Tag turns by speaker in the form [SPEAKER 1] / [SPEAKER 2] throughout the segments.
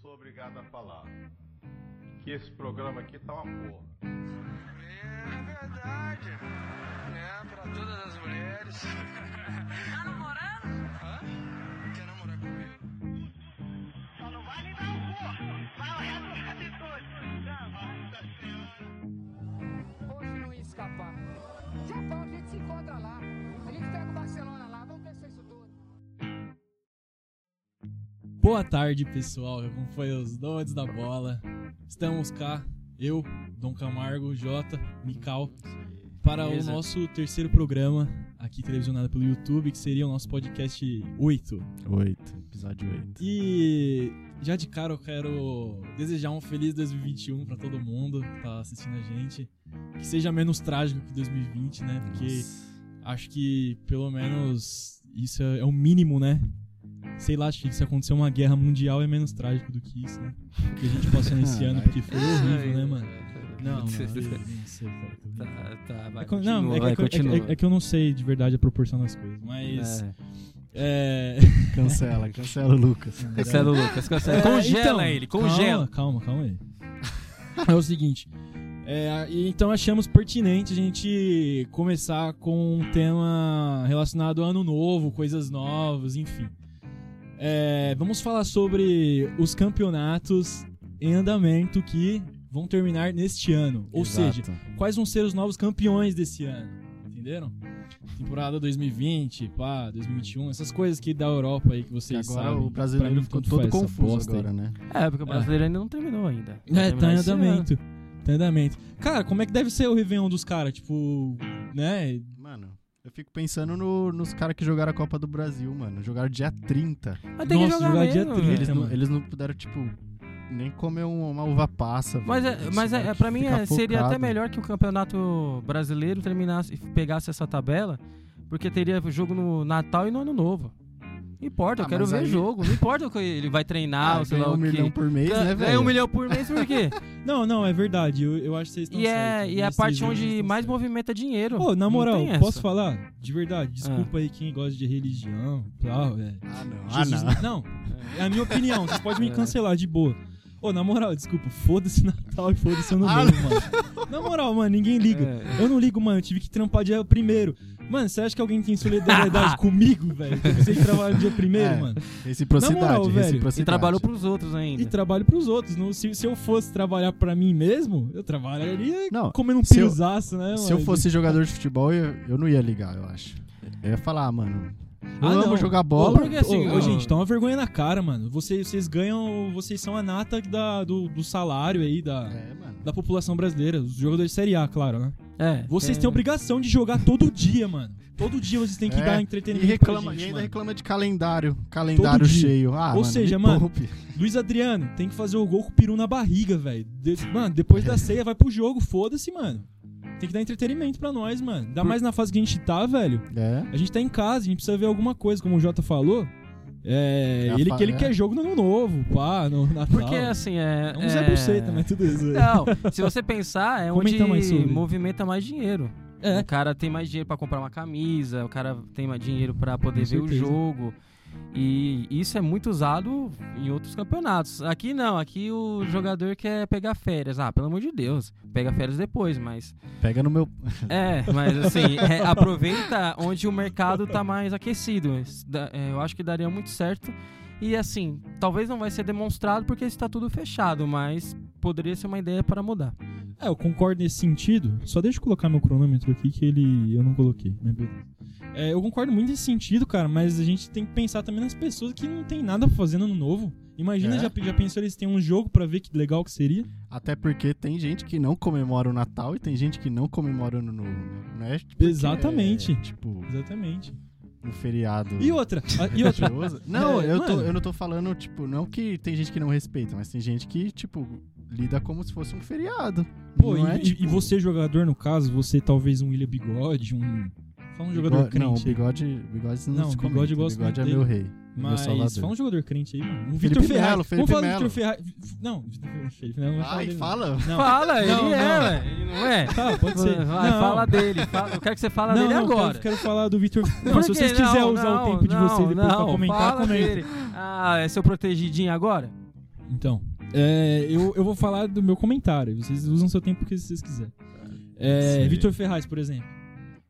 [SPEAKER 1] sou obrigado a falar que esse programa aqui tá uma porra.
[SPEAKER 2] É verdade. É, pra todas as mulheres.
[SPEAKER 3] Tá namorando?
[SPEAKER 2] Hã? Quer namorar comigo?
[SPEAKER 4] Só não vai me dar o cu. Vai o resto do capítulo. Nossa Senhora.
[SPEAKER 5] Hoje não ia escapar. Japão, a gente se encontra lá. A gente pega o Barcelona lá. Vamos vencer isso tudo.
[SPEAKER 6] Boa tarde, pessoal. Como foi os Doidos da Bola? Estamos cá, eu, Dom Camargo, Jota, Mical, para o
[SPEAKER 7] Beleza.
[SPEAKER 6] nosso terceiro programa, aqui televisionado pelo YouTube, que seria o nosso podcast 8.
[SPEAKER 7] 8, episódio 8.
[SPEAKER 6] E já de cara eu quero desejar um feliz 2021 para todo mundo que tá assistindo a gente. Que seja menos trágico que 2020, né? Porque acho que
[SPEAKER 7] Ah.
[SPEAKER 6] pelo menos isso é, é o mínimo, né? Sei lá, acho que se acontecer uma guerra mundial é menos trágico do que isso, né? O que a gente passou nesse ano, porque foi horrível, né, mano? Não, mano, eu não sei, cara, tô brincando.
[SPEAKER 7] Tá, tá, vai.
[SPEAKER 6] É que eu- não, é que- é que eu- é que- é que eu não sei de verdade a proporção das coisas, mas. é,
[SPEAKER 7] Cancela, cancela o Lucas.
[SPEAKER 8] Cancela o Lucas, cancela.
[SPEAKER 6] É,
[SPEAKER 8] Tá congela
[SPEAKER 6] então,
[SPEAKER 8] ele, congela.
[SPEAKER 6] Calma, calma, calma aí. É o seguinte. é, a- e então achamos pertinente a gente começar com um tema relacionado ao ano novo, coisas novas, enfim. É, vamos falar sobre os campeonatos em andamento que vão terminar neste ano. Ou seja, quais vão ser os novos campeões desse ano. Entenderam? Temporada 2020, pá, 2021, essas coisas que da Europa aí que
[SPEAKER 7] Que
[SPEAKER 6] vocês
[SPEAKER 7] agora
[SPEAKER 6] sabem.
[SPEAKER 7] o brasileiro
[SPEAKER 6] Pra mim,
[SPEAKER 7] ficou
[SPEAKER 6] tanto
[SPEAKER 7] todo
[SPEAKER 6] faz essa
[SPEAKER 7] confuso
[SPEAKER 6] bosta aí.
[SPEAKER 7] agora, né?
[SPEAKER 8] É, porque o brasileiro ainda não terminou ainda.
[SPEAKER 6] É,
[SPEAKER 8] Vai
[SPEAKER 6] tá
[SPEAKER 8] terminar
[SPEAKER 6] em
[SPEAKER 8] esse ano.
[SPEAKER 6] andamento. Tá em andamento. Cara, como é que deve ser o Réveillon dos caras? Tipo, né?
[SPEAKER 7] Mano, eu fico pensando no- nos caras que jogaram a Copa do Brasil, mano. Jogaram dia 30.
[SPEAKER 8] Mas Ah, tem que
[SPEAKER 6] Nossa,
[SPEAKER 8] jogar,
[SPEAKER 6] jogar dia
[SPEAKER 8] mesmo,
[SPEAKER 6] 30.
[SPEAKER 8] velho.
[SPEAKER 7] Eles, não,
[SPEAKER 6] É, mano.
[SPEAKER 7] eles não puderam, tipo, nem comer um- uma uva passa.
[SPEAKER 8] Mas, é,
[SPEAKER 7] velho. Isso,
[SPEAKER 8] mas é,
[SPEAKER 7] cara,
[SPEAKER 8] pra mim
[SPEAKER 7] ficar
[SPEAKER 8] é- seria até
[SPEAKER 7] focado.
[SPEAKER 8] melhor que o campeonato brasileiro terminasse e pegasse essa tabela, porque teria jogo no Natal e no Ano Novo. Não importa,
[SPEAKER 7] Ah,
[SPEAKER 8] eu quero
[SPEAKER 7] mas
[SPEAKER 8] ver
[SPEAKER 7] aí-
[SPEAKER 8] jogo. Não importa o que ele vai treinar,
[SPEAKER 7] Ah,
[SPEAKER 8] ou sei lá
[SPEAKER 7] ganhar
[SPEAKER 8] o
[SPEAKER 7] um
[SPEAKER 8] que.
[SPEAKER 7] milhão por mês, né,
[SPEAKER 8] Ganha
[SPEAKER 7] velho?
[SPEAKER 8] um milhão por mês, por quê?
[SPEAKER 6] Não, não, é verdade. Eu, eu acho que vocês estão
[SPEAKER 8] e é,
[SPEAKER 6] certos.
[SPEAKER 8] e é a
[SPEAKER 6] Nesses
[SPEAKER 8] parte
[SPEAKER 6] jogos vocês
[SPEAKER 8] onde
[SPEAKER 6] estão
[SPEAKER 8] mais
[SPEAKER 6] certos.
[SPEAKER 8] movimenta dinheiro.
[SPEAKER 6] Pô, na
[SPEAKER 8] Não
[SPEAKER 6] moral,
[SPEAKER 8] tem essa. Ah.
[SPEAKER 6] posso falar? De verdade, desculpa aí quem gosta de religião, tal, é.
[SPEAKER 7] Ah, não. É.
[SPEAKER 6] Jesus,
[SPEAKER 7] Ah,
[SPEAKER 6] não. É a minha opinião, vocês podem me cancelar de boa. Ô, na moral, desculpa, foda-se Natal e foda-se Ano
[SPEAKER 7] Ah,
[SPEAKER 6] Novo, mano. Na moral, mano, ninguém liga.
[SPEAKER 8] É.
[SPEAKER 6] Eu não ligo, mano. Eu tive que trampar dia primeiro. Mano, você acha que alguém tem solidariedade comigo, velho? Que eu precisei trabalhar no dia primeiro,
[SPEAKER 7] É.
[SPEAKER 6] mano.
[SPEAKER 7] não. Reciprocidade,
[SPEAKER 6] Na moral, velho,
[SPEAKER 7] reciprocidade.
[SPEAKER 8] E trabalhou pros outros
[SPEAKER 6] E
[SPEAKER 8] ainda.
[SPEAKER 6] trabalho pros outros. Não, se, se eu fosse trabalhar pra mim mesmo, eu trabalharia
[SPEAKER 7] Não,
[SPEAKER 6] comendo um
[SPEAKER 7] se eu-
[SPEAKER 6] piruzaço, né, mano?
[SPEAKER 7] Se eu fosse jogador de futebol, eu, eu não ia ligar, eu acho. Eu ia falar, ah, mano, eu
[SPEAKER 6] Ah,
[SPEAKER 7] amo
[SPEAKER 6] não.
[SPEAKER 7] jogar
[SPEAKER 6] Ô,
[SPEAKER 7] bola.
[SPEAKER 8] porque assim,
[SPEAKER 6] ô,
[SPEAKER 8] ó.
[SPEAKER 6] gente, tá uma vergonha na cara, mano. Vocês, vocês ganham, vocês são a nata da, do, do salário aí da,
[SPEAKER 7] É, mano.
[SPEAKER 6] da população brasileira. Os jogadores de Série A, claro, né?
[SPEAKER 8] É,
[SPEAKER 6] Vocês
[SPEAKER 8] tem-
[SPEAKER 6] têm obrigação de jogar todo dia, mano. Todo dia vocês têm que
[SPEAKER 7] É,
[SPEAKER 6] dar
[SPEAKER 7] E,
[SPEAKER 6] entretenimento
[SPEAKER 7] reclama,
[SPEAKER 6] pra gente,
[SPEAKER 7] e ainda
[SPEAKER 6] mano.
[SPEAKER 7] reclama de calendário. Calendário
[SPEAKER 6] Todo dia.
[SPEAKER 7] cheio. Ah,
[SPEAKER 6] Ou
[SPEAKER 7] mano,
[SPEAKER 6] seja,
[SPEAKER 7] me
[SPEAKER 6] mano,
[SPEAKER 7] poupe.
[SPEAKER 6] Luiz Adriano, tem que fazer o gol com o peru na barriga, velho. De- Mano, depois
[SPEAKER 7] É.
[SPEAKER 6] da ceia, vai pro jogo, foda-se, mano. Tem que dar entretenimento pra nós, mano. Ainda mais na fase que a gente tá, velho.
[SPEAKER 7] É.
[SPEAKER 6] A gente tá em casa, a gente precisa ver alguma coisa, como o Jota falou. É,
[SPEAKER 7] É a
[SPEAKER 6] ele,
[SPEAKER 7] fa-
[SPEAKER 6] que ele
[SPEAKER 7] é.
[SPEAKER 6] quer jogo no ano novo, pá, no Natal.
[SPEAKER 8] Porque assim, é.
[SPEAKER 6] Não é buceta, mas tudo isso.
[SPEAKER 7] É,
[SPEAKER 6] velho.
[SPEAKER 8] Não, se você pensar, é onde
[SPEAKER 6] Comenta mais sobre.
[SPEAKER 8] movimenta mais dinheiro.
[SPEAKER 6] É.
[SPEAKER 8] O cara tem mais dinheiro pra comprar uma camisa, o cara tem mais dinheiro pra poder
[SPEAKER 6] Com
[SPEAKER 8] ver o
[SPEAKER 6] certeza.
[SPEAKER 8] jogo. E isso é muito usado em outros campeonatos. Aqui não, aqui o jogador quer pegar férias. Ah, pelo amor de Deus, pega férias depois, mas.
[SPEAKER 7] Pega no meu.
[SPEAKER 8] É, mas assim, é, aproveita onde o mercado tá mais aquecido. Isso da- é, Eu acho que daria muito certo. E assim, talvez não vai ser demonstrado porque está tudo fechado, mas poderia ser uma ideia para mudar.
[SPEAKER 6] É, eu concordo nesse sentido. Só deixa eu colocar meu cronômetro aqui que ele eu não coloquei, mas beleza. É, eu concordo muito nesse sentido, cara, mas a gente tem que pensar também nas pessoas que não tem nada fazendo no novo. Imagina,
[SPEAKER 7] É.
[SPEAKER 6] já, já pensou eles têm um jogo pra ver que legal que seria?
[SPEAKER 7] Até porque tem gente que não comemora o Natal e tem gente que não comemora o Ano Novo, né? Não é porque
[SPEAKER 6] Exatamente.
[SPEAKER 7] é, tipo,
[SPEAKER 6] Exatamente.
[SPEAKER 7] um feriado.
[SPEAKER 6] E outra, a- e outra.
[SPEAKER 7] religioso. Não,
[SPEAKER 6] É,
[SPEAKER 7] eu, tô,
[SPEAKER 6] mano.
[SPEAKER 7] eu não tô falando, tipo, não que tem gente que não respeita, mas tem gente que, tipo, lida como se fosse um feriado.
[SPEAKER 6] Pô,
[SPEAKER 7] não
[SPEAKER 6] e,
[SPEAKER 7] é,
[SPEAKER 6] e-
[SPEAKER 7] tipo,
[SPEAKER 6] e você jogador no caso, você talvez um William Bigode, um Fala um jogador
[SPEAKER 7] bigode-
[SPEAKER 6] crente.
[SPEAKER 7] Não,
[SPEAKER 6] aí.
[SPEAKER 7] bigode, bigode não,
[SPEAKER 6] Não,
[SPEAKER 7] se
[SPEAKER 6] bigode eu
[SPEAKER 7] comenta,
[SPEAKER 6] gosto
[SPEAKER 7] bigode é
[SPEAKER 6] muito
[SPEAKER 7] meu
[SPEAKER 6] dele.
[SPEAKER 7] rei. meu
[SPEAKER 6] Mas
[SPEAKER 7] salvador.
[SPEAKER 6] fala um jogador crente aí, mano. Um
[SPEAKER 7] Felipe
[SPEAKER 6] Vitor Ferraz.
[SPEAKER 7] Melo, Felipe
[SPEAKER 6] Vamos falar do Vitor
[SPEAKER 7] Melo.
[SPEAKER 6] Ferraz. Não, Vitor Felipe Melo não vai falar
[SPEAKER 7] Ai,
[SPEAKER 6] dele, não.
[SPEAKER 7] fala.
[SPEAKER 6] Não.
[SPEAKER 8] Fala, ele
[SPEAKER 6] Não,
[SPEAKER 8] é,
[SPEAKER 6] não.
[SPEAKER 8] ué, ele não é.
[SPEAKER 6] Tá, pode ser.
[SPEAKER 8] Vai,
[SPEAKER 6] Não.
[SPEAKER 8] fala dele. fala- eu quero que você fale
[SPEAKER 6] não,
[SPEAKER 8] dele
[SPEAKER 6] não,
[SPEAKER 8] agora.
[SPEAKER 6] Quero, quero falar do Vitor. Não,
[SPEAKER 8] Por
[SPEAKER 6] se
[SPEAKER 8] quê?
[SPEAKER 6] vocês quiserem
[SPEAKER 8] Não,
[SPEAKER 6] usar
[SPEAKER 8] não,
[SPEAKER 6] o tempo de
[SPEAKER 8] não,
[SPEAKER 6] vocês depois
[SPEAKER 8] não,
[SPEAKER 6] pra comentar,
[SPEAKER 8] fala
[SPEAKER 6] comenta.
[SPEAKER 8] dele. Ah, é seu protegidinho agora?
[SPEAKER 6] Então, é, eu, eu vou falar do meu comentário. Vocês usam seu tempo que vocês quiserem. É,
[SPEAKER 9] Sim.
[SPEAKER 6] Vitor Ferraz, por exemplo.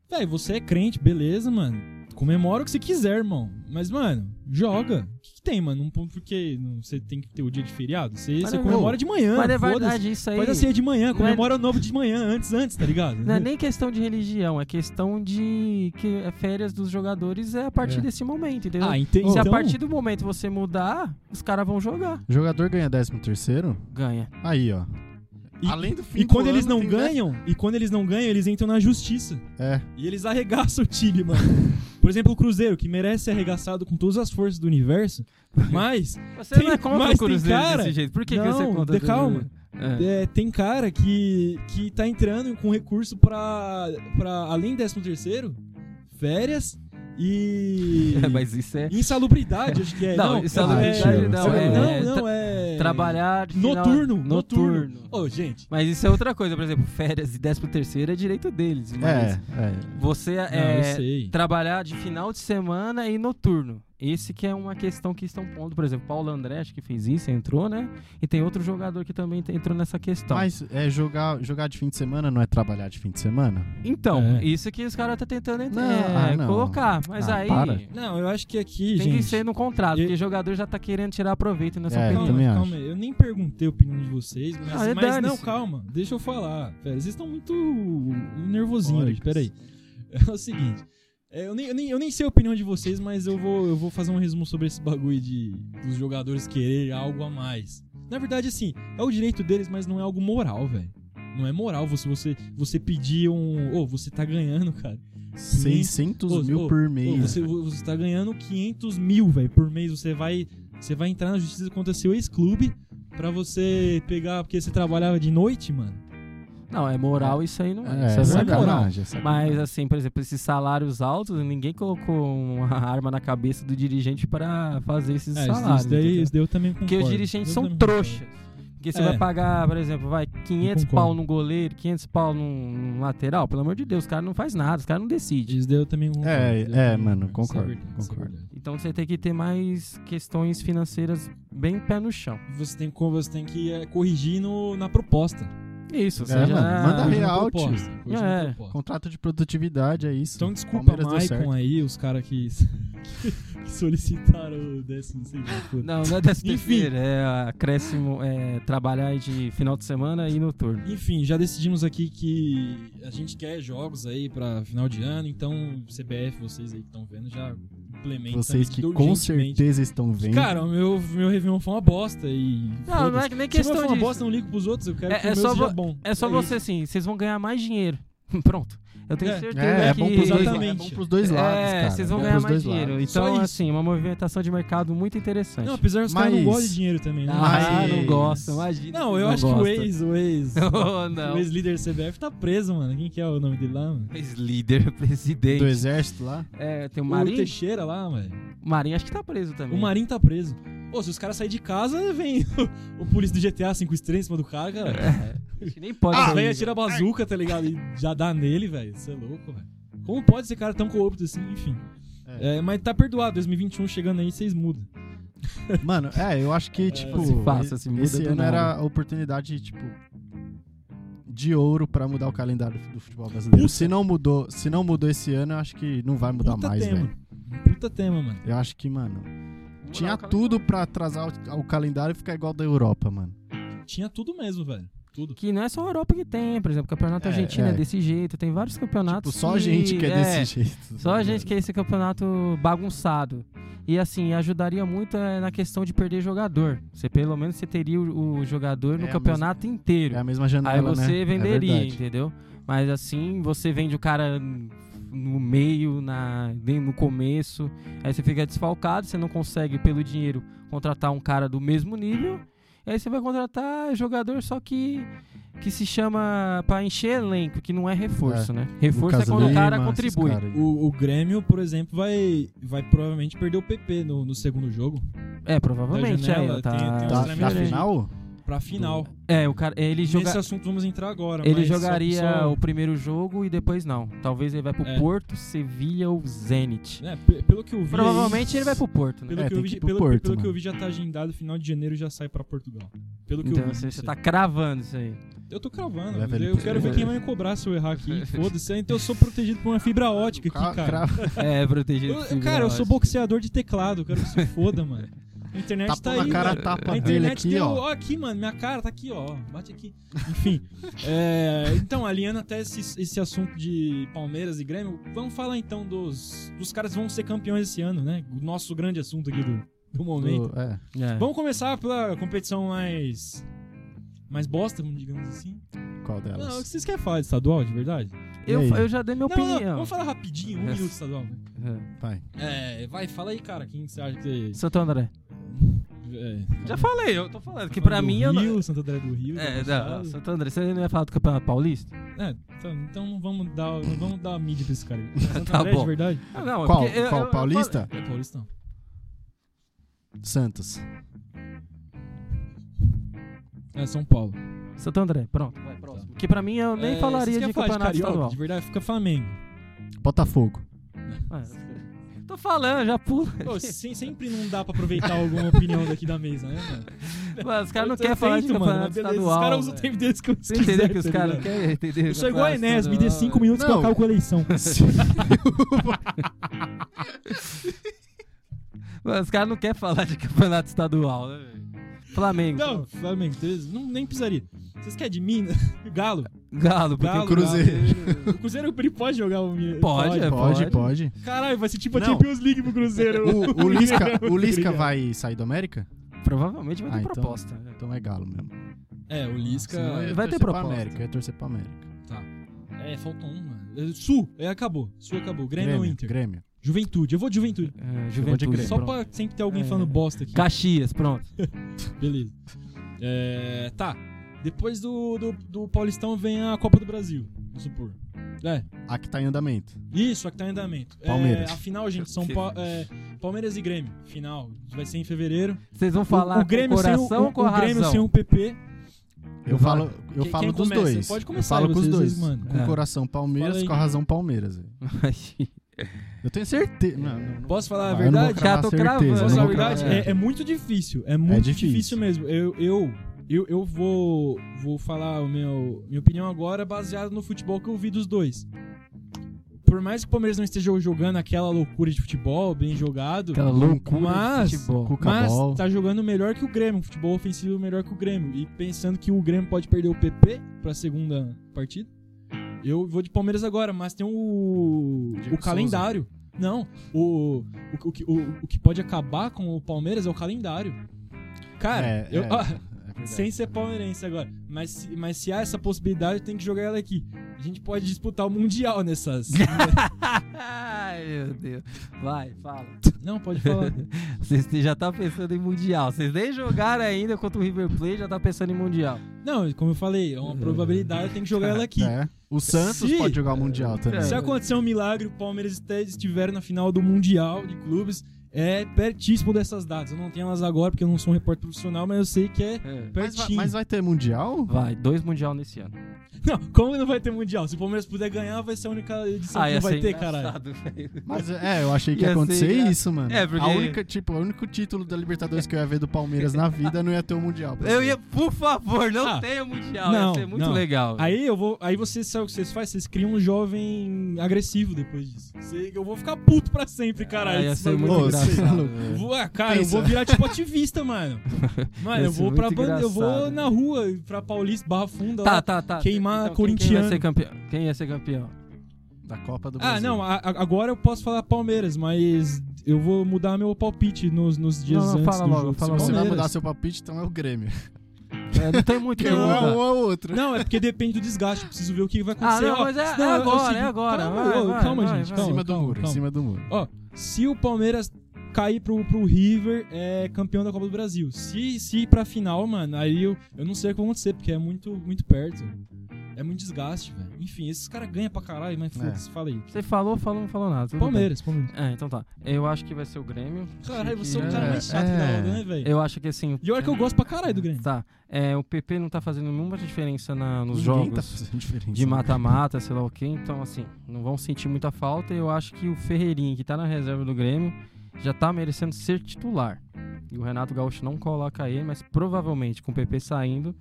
[SPEAKER 6] Véi, você é crente, beleza, mano. Comemora o que você quiser, irmão. Mas, mano, joga. O que, que tem, mano? Não, porque não, você tem que ter o dia de feriado? Você,
[SPEAKER 8] Mas
[SPEAKER 6] você
[SPEAKER 8] não-
[SPEAKER 6] comemora de manhã.
[SPEAKER 8] Mas é
[SPEAKER 6] foda-se.
[SPEAKER 8] verdade, isso aí.
[SPEAKER 6] Faz a ceia de manhã,
[SPEAKER 8] Não é-
[SPEAKER 6] comemora o novo de manhã, antes, antes, tá ligado?
[SPEAKER 8] Não é nem questão de religião, é questão de que é férias dos jogadores é a partir
[SPEAKER 7] É.
[SPEAKER 8] desse momento, entendeu?
[SPEAKER 6] Ah, entendi.
[SPEAKER 8] Se
[SPEAKER 6] Então,
[SPEAKER 8] a partir do momento você mudar, os caras vão jogar.
[SPEAKER 7] Jogador ganha 13 terceiro?
[SPEAKER 8] Ganha.
[SPEAKER 7] Aí, ó.
[SPEAKER 6] E-
[SPEAKER 7] Além do fim
[SPEAKER 6] E
[SPEAKER 7] do
[SPEAKER 6] quando eles
[SPEAKER 7] ano,
[SPEAKER 6] não
[SPEAKER 7] tem né?
[SPEAKER 6] ganham, e quando eles não ganham, eles entram na justiça.
[SPEAKER 7] É.
[SPEAKER 6] E eles arregaçam o time, mano. Por exemplo, o Cruzeiro, que merece ser arregaçado com todas as forças do universo, mas
[SPEAKER 8] Você
[SPEAKER 6] Tem-
[SPEAKER 8] não é contra
[SPEAKER 6] mas
[SPEAKER 8] o Cruzeiro
[SPEAKER 6] tem cara-
[SPEAKER 8] desse jeito. Por que, que
[SPEAKER 6] Não,
[SPEAKER 8] você é contra
[SPEAKER 6] de- calma.
[SPEAKER 8] o Cruzeiro? É.
[SPEAKER 6] é, tem cara que, que tá entrando com recurso pra, pra além do 13 terceiro, férias e...
[SPEAKER 8] É, mas isso é
[SPEAKER 6] e Insalubridade, acho que é.
[SPEAKER 8] Não,
[SPEAKER 7] insalubridade
[SPEAKER 6] é-
[SPEAKER 7] não, é-
[SPEAKER 6] não,
[SPEAKER 8] é
[SPEAKER 6] não, é...
[SPEAKER 8] trabalhar de final-
[SPEAKER 6] Noturno, noturno.
[SPEAKER 8] noturno.
[SPEAKER 6] Ô, gente,
[SPEAKER 8] Mas isso é outra coisa, por exemplo, férias e 13 terceiro é direito deles, mas
[SPEAKER 7] É,
[SPEAKER 8] você
[SPEAKER 6] não, eu
[SPEAKER 8] é,
[SPEAKER 6] sei.
[SPEAKER 8] trabalhar de final de semana e noturno. Esse que é uma questão que estão pondo, por exemplo, Paulo André acho que fez isso, entrou, né? E tem outro jogador que também te- entrou nessa
[SPEAKER 7] é.
[SPEAKER 8] questão.
[SPEAKER 7] Mas é jogar, jogar de fim de semana não é trabalhar de fim de semana?
[SPEAKER 8] então,
[SPEAKER 6] É.
[SPEAKER 8] isso que os caras estão tentando ent-
[SPEAKER 7] Não,
[SPEAKER 8] é,
[SPEAKER 7] ah, não.
[SPEAKER 8] colocar, mas
[SPEAKER 7] Ah,
[SPEAKER 8] aí
[SPEAKER 7] para.
[SPEAKER 8] tem
[SPEAKER 6] Não, eu acho que aqui, gente...
[SPEAKER 8] que ser no contrato,
[SPEAKER 6] E-
[SPEAKER 8] porque o jogador já tá querendo tirar proveito nessa
[SPEAKER 7] É,
[SPEAKER 8] opinião.
[SPEAKER 7] também
[SPEAKER 6] calma,
[SPEAKER 7] acho.
[SPEAKER 6] calma. aí. Eu nem perguntei a opinião de vocês, mas,
[SPEAKER 8] Ah, é,
[SPEAKER 6] mas não,
[SPEAKER 8] dane-se.
[SPEAKER 6] calma. Deixa eu falar. Pera, vocês estão muito nervosinho
[SPEAKER 7] Óricos.
[SPEAKER 6] hoje. Pera aí. É o seguinte. é, eu, nem, eu, nem, eu nem sei a opinião de vocês, mas eu vou, eu vou fazer um resumo sobre esse bagulho de dos jogadores querer algo a mais. Na verdade, assim, é o direito deles, mas não é algo moral, velho. Não é moral você, você, você pedir um. Ô, você tá ganhando, cara.
[SPEAKER 7] 600
[SPEAKER 6] Ô,
[SPEAKER 7] mil
[SPEAKER 6] ô,
[SPEAKER 7] por
[SPEAKER 6] Pô,
[SPEAKER 7] mês.
[SPEAKER 6] você, você tá ganhando 500 mil, velho, por mês. Você vai, você vai entrar na justiça contra seu ex-clube pra você pegar... Porque você trabalhava de noite, mano.
[SPEAKER 8] Não, é moral isso aí não é.
[SPEAKER 7] É,
[SPEAKER 8] isso é moral.
[SPEAKER 7] sacanagem. é sacanagem.
[SPEAKER 8] Mas assim, por exemplo, esses salários altos, ninguém colocou uma arma na cabeça do dirigente pra fazer esses
[SPEAKER 6] É, isso-
[SPEAKER 8] salários.
[SPEAKER 6] isso, daí,
[SPEAKER 8] entendeu?
[SPEAKER 6] isso daí eu também concordo.
[SPEAKER 8] Porque os dirigentes
[SPEAKER 6] Eu
[SPEAKER 8] são
[SPEAKER 6] também
[SPEAKER 8] trouxas. Porque você
[SPEAKER 6] É.
[SPEAKER 8] vai pagar, por exemplo, vai 500
[SPEAKER 6] concordo.
[SPEAKER 8] pau num goleiro, 500 pau num, num lateral. Pelo amor de Deus, os caras não faz nada, os caras não decidem.
[SPEAKER 6] Isso daí eu também concordo.
[SPEAKER 7] É,
[SPEAKER 6] Eu
[SPEAKER 7] é,
[SPEAKER 6] também
[SPEAKER 7] mano,
[SPEAKER 6] Isso é
[SPEAKER 7] concordo,
[SPEAKER 6] verdade, isso é
[SPEAKER 7] concordo.
[SPEAKER 6] verdade.
[SPEAKER 8] Então você tem que ter mais questões financeiras bem pé no chão.
[SPEAKER 6] Você tem, que- você tem que é, corrigir no, na proposta.
[SPEAKER 8] Isso, você
[SPEAKER 7] É,
[SPEAKER 8] já...
[SPEAKER 7] mano, manda
[SPEAKER 6] Corrigir na
[SPEAKER 7] real,
[SPEAKER 6] proposta,
[SPEAKER 7] tio.
[SPEAKER 6] corrigir na
[SPEAKER 8] É.
[SPEAKER 6] proposta.
[SPEAKER 7] Contrato de produtividade, é isso.
[SPEAKER 6] Então desculpa,
[SPEAKER 7] Palmeiras deu certo.
[SPEAKER 6] Maicon, aí, os caras que, que solicitaram o décimo, não sei lá, foda.
[SPEAKER 8] Não, não é
[SPEAKER 6] Enfim.
[SPEAKER 8] dessa é acréscimo, é trabalhar de final de semana e noturno.
[SPEAKER 6] Enfim, já decidimos aqui que a gente quer jogos aí pra final de ano, então CBF, vocês aí que estão vendo, já implementem.
[SPEAKER 7] Vocês que
[SPEAKER 6] também,
[SPEAKER 7] com
[SPEAKER 6] Tá urgentemente.
[SPEAKER 7] certeza estão vendo.
[SPEAKER 6] Cara, o meu, meu Réveillon foi uma bosta e.
[SPEAKER 8] Não, não é
[SPEAKER 6] foda-se.
[SPEAKER 8] nem
[SPEAKER 6] Se o meu
[SPEAKER 8] questão
[SPEAKER 6] foi uma
[SPEAKER 8] disso.
[SPEAKER 6] bosta, eu não ligo pros outros, eu quero
[SPEAKER 8] É-
[SPEAKER 6] que
[SPEAKER 8] é
[SPEAKER 6] o meu
[SPEAKER 8] só
[SPEAKER 6] seja
[SPEAKER 8] vo-
[SPEAKER 6] bom.
[SPEAKER 8] É só você assim, vocês vão ganhar mais dinheiro. Pronto. Eu tenho
[SPEAKER 6] É.
[SPEAKER 8] certeza
[SPEAKER 7] é, é
[SPEAKER 8] que...
[SPEAKER 7] bom pros dois,
[SPEAKER 6] Exatamente.
[SPEAKER 7] é bom pros dois lados,
[SPEAKER 8] É,
[SPEAKER 7] cara.
[SPEAKER 8] vocês
[SPEAKER 7] É
[SPEAKER 8] vão
[SPEAKER 7] bom
[SPEAKER 8] ganhar
[SPEAKER 7] pros
[SPEAKER 8] mais
[SPEAKER 7] dois lados.
[SPEAKER 8] dinheiro.
[SPEAKER 6] Só
[SPEAKER 8] Então,
[SPEAKER 6] isso.
[SPEAKER 8] assim, uma movimentação de mercado muito interessante.
[SPEAKER 6] Não, apesar dos caras não
[SPEAKER 7] Mas-
[SPEAKER 6] gostam de dinheiro também, né?
[SPEAKER 7] Mas-
[SPEAKER 8] Ah, não gosta, imagina.
[SPEAKER 6] Não, eu
[SPEAKER 8] não
[SPEAKER 6] acho que o
[SPEAKER 8] gosta.
[SPEAKER 6] ex, o ex.
[SPEAKER 8] Oh,
[SPEAKER 6] O
[SPEAKER 8] não.
[SPEAKER 6] ex-líder do CBF tá preso, mano. Quem que é o nome dele lá, mano?
[SPEAKER 8] Ex-líder, presidente.
[SPEAKER 7] Do exército lá.
[SPEAKER 8] É, tem o
[SPEAKER 6] O
[SPEAKER 8] Marinho.
[SPEAKER 6] Teixeira lá, velho.
[SPEAKER 8] O Marinho acho que tá preso também.
[SPEAKER 6] O Marinho tá preso. Pô, se os caras saírem de casa, vem o, o polícia do GTA 5 estrelas em cima do cara,
[SPEAKER 8] É.
[SPEAKER 6] cara.
[SPEAKER 8] Acho que nem pode
[SPEAKER 6] Ah,
[SPEAKER 8] sair,
[SPEAKER 6] vem
[SPEAKER 8] né?
[SPEAKER 6] atira a bazuca, tá ligado? E já dá nele, velho. Você é louco, velho. Como pode ser cara tão corrupto assim? Enfim. É, mas tá perdoado. 2021 chegando aí, vocês mudam.
[SPEAKER 7] Mano, é, eu acho que, tipo,
[SPEAKER 8] se faça, se muda
[SPEAKER 7] esse
[SPEAKER 8] do
[SPEAKER 7] ano
[SPEAKER 8] nada.
[SPEAKER 7] era a oportunidade, tipo, de ouro pra mudar o calendário do futebol brasileiro.
[SPEAKER 6] Puta.
[SPEAKER 7] Se não mudou, se não mudou esse ano, eu acho que não vai mudar
[SPEAKER 6] Puta
[SPEAKER 7] mais,
[SPEAKER 6] tema.
[SPEAKER 7] velho.
[SPEAKER 6] Puta tema, mano.
[SPEAKER 7] Eu acho que, mano,
[SPEAKER 8] Vamos
[SPEAKER 7] tinha
[SPEAKER 8] lá, o cara-
[SPEAKER 7] tudo pra atrasar o, o calendário e ficar igual da Europa, mano. Tipo,
[SPEAKER 6] Tinha tudo mesmo, velho. Tudo.
[SPEAKER 8] Que não é só a Europa que tem, por exemplo, o campeonato
[SPEAKER 7] É,
[SPEAKER 8] argentino é,
[SPEAKER 7] é.
[SPEAKER 8] desse jeito, tem vários campeonatos.
[SPEAKER 7] Tipo, só a
[SPEAKER 8] que-
[SPEAKER 7] gente que é desse jeito. tá
[SPEAKER 8] Só a gente que é esse campeonato bagunçado. E assim, ajudaria muito eh, na questão de perder jogador. Você pelo menos você teria o, o jogador no
[SPEAKER 7] É, mas-
[SPEAKER 8] campeonato inteiro.
[SPEAKER 7] É a mesma janela,
[SPEAKER 8] Aí você
[SPEAKER 7] né?
[SPEAKER 8] venderia,
[SPEAKER 7] É verdade.
[SPEAKER 8] entendeu? Mas assim, você vende o cara no meio, na, nem no começo. Aí você fica desfalcado, você não consegue, pelo dinheiro, contratar um cara do mesmo nível. E aí você vai contratar jogador só que que se chama pra encher elenco, que não é reforço, né? Reforço
[SPEAKER 7] Lucas
[SPEAKER 8] é quando o cara
[SPEAKER 7] Lima, esses
[SPEAKER 8] contribui.
[SPEAKER 7] cara aí.
[SPEAKER 6] O, o Grêmio, por exemplo, vai, vai provavelmente perder o PP no, no segundo jogo.
[SPEAKER 8] É, provavelmente.
[SPEAKER 6] Da janela,
[SPEAKER 8] é, tá,
[SPEAKER 6] tem- tem uns
[SPEAKER 7] Da,
[SPEAKER 6] Tá,
[SPEAKER 7] da final?
[SPEAKER 6] pra final.
[SPEAKER 8] É, o cara, ele joga,
[SPEAKER 6] Nesse assunto vamos entrar agora.
[SPEAKER 8] ele
[SPEAKER 6] mas só-
[SPEAKER 8] jogaria
[SPEAKER 6] só-
[SPEAKER 8] o primeiro jogo e depois não. Talvez ele vai pro
[SPEAKER 6] É.
[SPEAKER 8] Porto, Sevilha ou Zenit.
[SPEAKER 6] É, pe- pelo que eu vi.
[SPEAKER 8] Provavelmente
[SPEAKER 6] aí-
[SPEAKER 8] ele vai pro Porto, né?
[SPEAKER 6] Pelo,
[SPEAKER 7] É,
[SPEAKER 6] que, eu
[SPEAKER 7] tem
[SPEAKER 6] vi,
[SPEAKER 7] que ir pro
[SPEAKER 6] pelo,
[SPEAKER 7] Porto,
[SPEAKER 6] pelo que eu
[SPEAKER 7] mano.
[SPEAKER 6] vi, já tá agendado. Final de janeiro já sai pra Portugal. Pelo que
[SPEAKER 8] Então
[SPEAKER 6] eu vi.
[SPEAKER 8] você,
[SPEAKER 6] não
[SPEAKER 8] você
[SPEAKER 6] sei.
[SPEAKER 8] tá cravando isso aí.
[SPEAKER 6] Eu tô cravando.
[SPEAKER 7] Leva
[SPEAKER 6] mas
[SPEAKER 7] ele
[SPEAKER 6] eu
[SPEAKER 7] pro-
[SPEAKER 6] quero ver quem vai me cobrar se eu errar aqui. Foda-se. Então eu sou protegido por uma fibra ótica
[SPEAKER 7] Tá,
[SPEAKER 6] aqui, cara.
[SPEAKER 7] Cravo-
[SPEAKER 8] É, protegido.
[SPEAKER 6] Eu-
[SPEAKER 8] de fibra
[SPEAKER 6] cara, eu sou
[SPEAKER 8] ótica.
[SPEAKER 6] boxeador de teclado. eu Quero que se foda, mano. A internet
[SPEAKER 7] Tapou
[SPEAKER 6] tá
[SPEAKER 7] na
[SPEAKER 6] aí,
[SPEAKER 7] cara
[SPEAKER 6] mano.
[SPEAKER 7] a tapa
[SPEAKER 6] A
[SPEAKER 7] dele
[SPEAKER 6] internet
[SPEAKER 7] aqui,
[SPEAKER 6] deu.
[SPEAKER 7] ó.
[SPEAKER 6] Ó, aqui, mano, minha cara tá aqui, ó. Bate aqui. Enfim. é, então, alinhando até esse, esse assunto de Palmeiras e Grêmio, vamos falar então dos, dos caras que vão ser campeões esse ano, né? O nosso grande assunto aqui do, do momento.
[SPEAKER 7] Do- é.
[SPEAKER 8] É.
[SPEAKER 6] Vamos começar pela competição mais. mais bosta, digamos assim.
[SPEAKER 7] Qual
[SPEAKER 8] Tá
[SPEAKER 7] delas?
[SPEAKER 6] Não, o que vocês querem falar de estadual, de verdade?
[SPEAKER 8] eu,
[SPEAKER 7] e aí?
[SPEAKER 8] eu já dei minha
[SPEAKER 6] não, não,
[SPEAKER 8] opinião.
[SPEAKER 6] vamos falar rapidinho, um
[SPEAKER 8] É.
[SPEAKER 6] minuto de estadual.
[SPEAKER 8] É.
[SPEAKER 7] Vai.
[SPEAKER 6] É, vai, fala aí, cara, quem que você acha que.
[SPEAKER 8] Santo André.
[SPEAKER 6] É,
[SPEAKER 8] Já falei, eu tô falando. Que pra
[SPEAKER 6] do
[SPEAKER 8] mim eu não.
[SPEAKER 6] Rio, Santo André do Rio.
[SPEAKER 8] É,
[SPEAKER 6] tá
[SPEAKER 8] não,
[SPEAKER 6] passado.
[SPEAKER 8] Santo André, você não ia falar do Campeonato Paulista?
[SPEAKER 6] É, então, então não vamos dar, não vamos dar mídia pra esse cara. aí. Santo
[SPEAKER 8] Tá
[SPEAKER 6] André
[SPEAKER 8] bom.
[SPEAKER 6] de verdade?
[SPEAKER 8] Ah, não, é
[SPEAKER 7] Qual?
[SPEAKER 8] porque eu-
[SPEAKER 7] Qual?
[SPEAKER 8] eu- eu
[SPEAKER 7] Paulista?
[SPEAKER 6] É paulistão.
[SPEAKER 7] Santos.
[SPEAKER 6] É São Paulo.
[SPEAKER 8] falei- Santo André, pronto, vai, próximo. Que pra mim eu nem
[SPEAKER 6] É,
[SPEAKER 8] falaria
[SPEAKER 6] vocês querem
[SPEAKER 8] de
[SPEAKER 6] falar
[SPEAKER 8] Campeonato
[SPEAKER 6] carioca?
[SPEAKER 8] Estadual.
[SPEAKER 6] De verdade, fica Flamengo.
[SPEAKER 7] Botafogo.
[SPEAKER 8] É. Tô falando, já pula.
[SPEAKER 6] Pô, sem- sempre não dá pra aproveitar alguma opinião daqui da mesa, né, mano?
[SPEAKER 8] Mano, os caras não
[SPEAKER 6] Eu tô
[SPEAKER 8] querem falar de
[SPEAKER 6] é feito,
[SPEAKER 8] campeonato
[SPEAKER 6] mas beleza,
[SPEAKER 8] estadual.
[SPEAKER 6] Os tá caras usam o
[SPEAKER 8] velho.
[SPEAKER 6] tempo deles que eu
[SPEAKER 8] Você entendeu que os caras não querem entender?
[SPEAKER 6] Eu sou igual a
[SPEAKER 8] campeonato
[SPEAKER 6] Enes, me dê
[SPEAKER 8] estadual,
[SPEAKER 6] 5 minutos que eu
[SPEAKER 7] Não.
[SPEAKER 6] acabo a eleição.
[SPEAKER 8] velho. Mano, os caras não querem falar de campeonato estadual, né, velho? Flamengo.
[SPEAKER 6] Não, Flamengo, beleza? Não, nem precisaria. Vocês querem de Minas? Galo?
[SPEAKER 8] Galo, porque
[SPEAKER 6] Galo,
[SPEAKER 7] Cruzeiro.
[SPEAKER 6] Galo. O Cruzeiro ele pode jogar o Minas.
[SPEAKER 8] Pode, é,
[SPEAKER 7] Pode,
[SPEAKER 8] pode.
[SPEAKER 7] pode.
[SPEAKER 6] Caralho, vai ser tipo a
[SPEAKER 7] Não.
[SPEAKER 6] Champions League pro Cruzeiro.
[SPEAKER 7] O, o Lisca, o Lisca
[SPEAKER 6] Obrigado.
[SPEAKER 7] vai sair do América?
[SPEAKER 8] Provavelmente vai ter
[SPEAKER 7] Ah, então-
[SPEAKER 8] proposta. né?
[SPEAKER 7] Então é galo mesmo.
[SPEAKER 6] É, o Lisca.
[SPEAKER 7] Senão eu ia
[SPEAKER 8] Vai ter
[SPEAKER 7] torcer pra
[SPEAKER 8] proposta.
[SPEAKER 7] América, eu ia torcer pra América.
[SPEAKER 6] Tá. É, faltou um, mano. É, Sul, é, acabou. Sul acabou. Grêmio, ou Inter?
[SPEAKER 7] Grêmio.
[SPEAKER 6] Juventude, eu vou de Juventude.
[SPEAKER 8] É,
[SPEAKER 7] vou de
[SPEAKER 8] Juventude.
[SPEAKER 7] Grêmio.
[SPEAKER 6] Só
[SPEAKER 8] pronto.
[SPEAKER 6] pra sempre ter alguém
[SPEAKER 8] É.
[SPEAKER 6] falando bosta aqui.
[SPEAKER 8] Caxias, pronto.
[SPEAKER 6] Beleza. É, tá. Depois do, do, do Paulistão vem a Copa do Brasil, vamos supor. É,
[SPEAKER 7] A que tá em andamento.
[SPEAKER 6] isso, aqui tá em andamento. É,
[SPEAKER 7] Palmeiras.
[SPEAKER 6] a final, gente, são
[SPEAKER 8] Que-
[SPEAKER 6] Pa- é, Palmeiras e Grêmio. Final, vai ser em fevereiro.
[SPEAKER 8] Vocês vão falar
[SPEAKER 6] o, o Grêmio
[SPEAKER 8] com o coração
[SPEAKER 6] sem o,
[SPEAKER 8] ou com a
[SPEAKER 6] o Grêmio
[SPEAKER 8] razão?
[SPEAKER 6] sem o PP.
[SPEAKER 7] Eu
[SPEAKER 8] Vai.
[SPEAKER 7] falo, eu
[SPEAKER 6] Quem-
[SPEAKER 7] falo
[SPEAKER 6] quem
[SPEAKER 7] dos
[SPEAKER 6] começa?
[SPEAKER 7] dois.
[SPEAKER 6] Pode
[SPEAKER 7] eu
[SPEAKER 6] começar
[SPEAKER 7] falo
[SPEAKER 6] aí,
[SPEAKER 7] com os
[SPEAKER 6] vocês,
[SPEAKER 7] dois.
[SPEAKER 6] vocês mandam.
[SPEAKER 7] Com
[SPEAKER 8] É.
[SPEAKER 7] o coração Palmeiras,
[SPEAKER 6] Fala aí.
[SPEAKER 7] com a razão Palmeiras. velho. Eu tenho
[SPEAKER 6] É.
[SPEAKER 7] certeza. Não, não, não.
[SPEAKER 6] Posso falar a
[SPEAKER 7] Ah, eu não vou
[SPEAKER 6] verdade?
[SPEAKER 7] cravar
[SPEAKER 8] Já tô
[SPEAKER 7] certeza,
[SPEAKER 8] cravando.
[SPEAKER 7] eu não
[SPEAKER 6] Posso falar a
[SPEAKER 7] vou cravar.
[SPEAKER 6] verdade? É, é muito difícil. É muito difícil.
[SPEAKER 7] difícil.
[SPEAKER 6] mesmo. Eu, eu, eu, eu vou, vou falar o meu, minha opinião agora baseada no futebol que eu vi dos dois. Por mais que o Palmeiras não esteja jogando aquela loucura de futebol, bem jogado,
[SPEAKER 8] Aquela loucura
[SPEAKER 6] Mas-
[SPEAKER 8] de futebol.
[SPEAKER 7] Cuca
[SPEAKER 6] mas
[SPEAKER 7] Ball.
[SPEAKER 6] tá jogando melhor que o Grêmio, um futebol ofensivo melhor que o Grêmio. E pensando que o Grêmio pode perder o PP pra segunda partida, eu vou de Palmeiras agora, mas tem o.
[SPEAKER 7] Diego
[SPEAKER 6] o calendário. Não, o, o, o, que- o- o que pode acabar com o Palmeiras é o calendário. Cara,
[SPEAKER 7] É,
[SPEAKER 6] eu,
[SPEAKER 7] é,
[SPEAKER 6] ó,
[SPEAKER 7] é verdade.
[SPEAKER 6] sem ser palmeirense agora, mas, se- mas se há essa possibilidade, tem que jogar ela aqui. A gente pode disputar o Mundial nessas.
[SPEAKER 8] Ai, meu Deus. Vai, fala.
[SPEAKER 6] não, pode falar.
[SPEAKER 8] Vocês já tá pensando em Mundial. Vocês nem jogaram ainda contra o River Plate, já tá pensando em Mundial.
[SPEAKER 6] Não, como eu falei, é uma
[SPEAKER 7] Uhum.
[SPEAKER 6] probabilidade, tem que jogar ela aqui.
[SPEAKER 7] É. O Santos
[SPEAKER 6] Se-
[SPEAKER 7] pode jogar o Mundial também.
[SPEAKER 6] Se acontecer um milagre, o Palmeiras até estiver na final do Mundial de Clubes, é pertíssimo dessas datas. Eu não tenho elas agora porque eu não sou um repórter profissional, mas eu sei que é
[SPEAKER 8] É.
[SPEAKER 7] Mas vai,
[SPEAKER 6] pertinho.
[SPEAKER 7] mas vai ter Mundial?
[SPEAKER 8] Vai, dois Mundial nesse ano.
[SPEAKER 6] Não, como não vai ter Mundial? Se o Palmeiras puder ganhar, vai ser a única
[SPEAKER 8] Ah,
[SPEAKER 6] edição que não vai ter, caralho.
[SPEAKER 7] Mas é, eu achei que
[SPEAKER 8] Ia
[SPEAKER 7] ia
[SPEAKER 8] ser
[SPEAKER 7] acontecer
[SPEAKER 8] engra-
[SPEAKER 7] isso, mano.
[SPEAKER 8] É, porque-
[SPEAKER 7] A única, tipo, o único título da Libertadores que eu ia ver do Palmeiras na vida não ia ter o Mundial.
[SPEAKER 8] Eu ia, por favor, não
[SPEAKER 6] Ah,
[SPEAKER 8] tenha Mundial.
[SPEAKER 6] não,
[SPEAKER 8] ia ser muito
[SPEAKER 6] não.
[SPEAKER 8] legal.
[SPEAKER 6] Aí eu vou. Aí vocês sabe o que vocês fazem? Vocês criam um jovem agressivo depois disso. Sei que Eu vou ficar puto pra sempre,
[SPEAKER 8] Ah,
[SPEAKER 6] caralho.
[SPEAKER 8] ia
[SPEAKER 6] Esse
[SPEAKER 8] ser
[SPEAKER 6] bagulho.
[SPEAKER 8] muito
[SPEAKER 7] Ô, você é
[SPEAKER 8] engraçado.
[SPEAKER 7] louco.
[SPEAKER 6] Eu
[SPEAKER 8] velho.
[SPEAKER 6] vou- ah, cara, eu
[SPEAKER 7] Pensa.
[SPEAKER 6] vou virar tipo ativista, mano. Mano,
[SPEAKER 8] Ia
[SPEAKER 6] eu
[SPEAKER 8] ser
[SPEAKER 6] vou pra
[SPEAKER 8] muito
[SPEAKER 6] banda, eu vou
[SPEAKER 8] engraçado.
[SPEAKER 6] na rua, pra Paulista, Barra Funda, lá,
[SPEAKER 8] Tá, tá, tá.
[SPEAKER 6] queimar
[SPEAKER 8] quem- Quem
[SPEAKER 6] corintiano.
[SPEAKER 8] ia ser campeão? Quem ia ser campeão?
[SPEAKER 7] Da Copa do
[SPEAKER 6] Ah,
[SPEAKER 7] Brasil.
[SPEAKER 6] não, a- a- agora eu posso falar Palmeiras, mas eu vou mudar meu palpite nos, nos dias
[SPEAKER 8] Não, não,
[SPEAKER 6] antes
[SPEAKER 8] fala
[SPEAKER 6] do
[SPEAKER 8] logo,
[SPEAKER 6] jogo.
[SPEAKER 8] fala
[SPEAKER 6] Se
[SPEAKER 8] logo.
[SPEAKER 7] Você vai
[SPEAKER 6] Palmeiras-
[SPEAKER 7] mudar seu palpite, então é o Grêmio.
[SPEAKER 8] É, não tem muito
[SPEAKER 7] Que
[SPEAKER 8] que
[SPEAKER 7] um é
[SPEAKER 8] mudar.
[SPEAKER 7] um ou outro.
[SPEAKER 6] Não, é porque depende do desgaste, eu preciso ver o que vai
[SPEAKER 8] Ah,
[SPEAKER 6] acontecer.
[SPEAKER 8] não,
[SPEAKER 6] Ó,
[SPEAKER 8] mas é,
[SPEAKER 6] senão
[SPEAKER 8] é
[SPEAKER 6] eu- eu
[SPEAKER 8] agora,
[SPEAKER 6] segui-
[SPEAKER 8] é agora.
[SPEAKER 6] Calma,
[SPEAKER 8] vai,
[SPEAKER 6] ô,
[SPEAKER 8] vai,
[SPEAKER 6] calma,
[SPEAKER 8] vai,
[SPEAKER 6] gente,
[SPEAKER 8] vai.
[SPEAKER 7] Em
[SPEAKER 6] calma.
[SPEAKER 7] cima do muro, em
[SPEAKER 6] calma.
[SPEAKER 7] cima do muro.
[SPEAKER 6] Ó, se o Palmeiras cair pro, pro River, é campeão da Copa do Brasil. Se, se ir pra final, mano, aí eu, eu não sei o que vai acontecer, porque é muito, muito perto. É muito desgaste, velho. Enfim, esses caras ganham pra caralho, mas
[SPEAKER 7] É.
[SPEAKER 6] foda-se, fala aí.
[SPEAKER 8] Você falou, falou, não falou nada. tudo
[SPEAKER 6] Palmeiras, Palmeiras.
[SPEAKER 8] bem. É, então tá. Eu acho que vai ser o Grêmio.
[SPEAKER 6] Caralho,
[SPEAKER 8] Que-
[SPEAKER 6] você é o cara
[SPEAKER 7] é,
[SPEAKER 6] mais chato da
[SPEAKER 7] é.
[SPEAKER 6] onda, né, velho?
[SPEAKER 8] Eu acho que assim.
[SPEAKER 6] E olha que eu gosto pra caralho do Grêmio.
[SPEAKER 8] Tá. É, o PP não tá fazendo nenhuma diferença na, nos
[SPEAKER 7] Ninguém tá
[SPEAKER 8] jogos.
[SPEAKER 7] fazendo diferença.
[SPEAKER 8] de mata-mata, sei lá o quê. Então, assim, não vão sentir muita falta. E eu acho que o Ferreirinha, que tá na reserva do Grêmio, já tá merecendo ser titular. E o Renato Gaúcho não coloca ele, mas provavelmente com o PP saindo,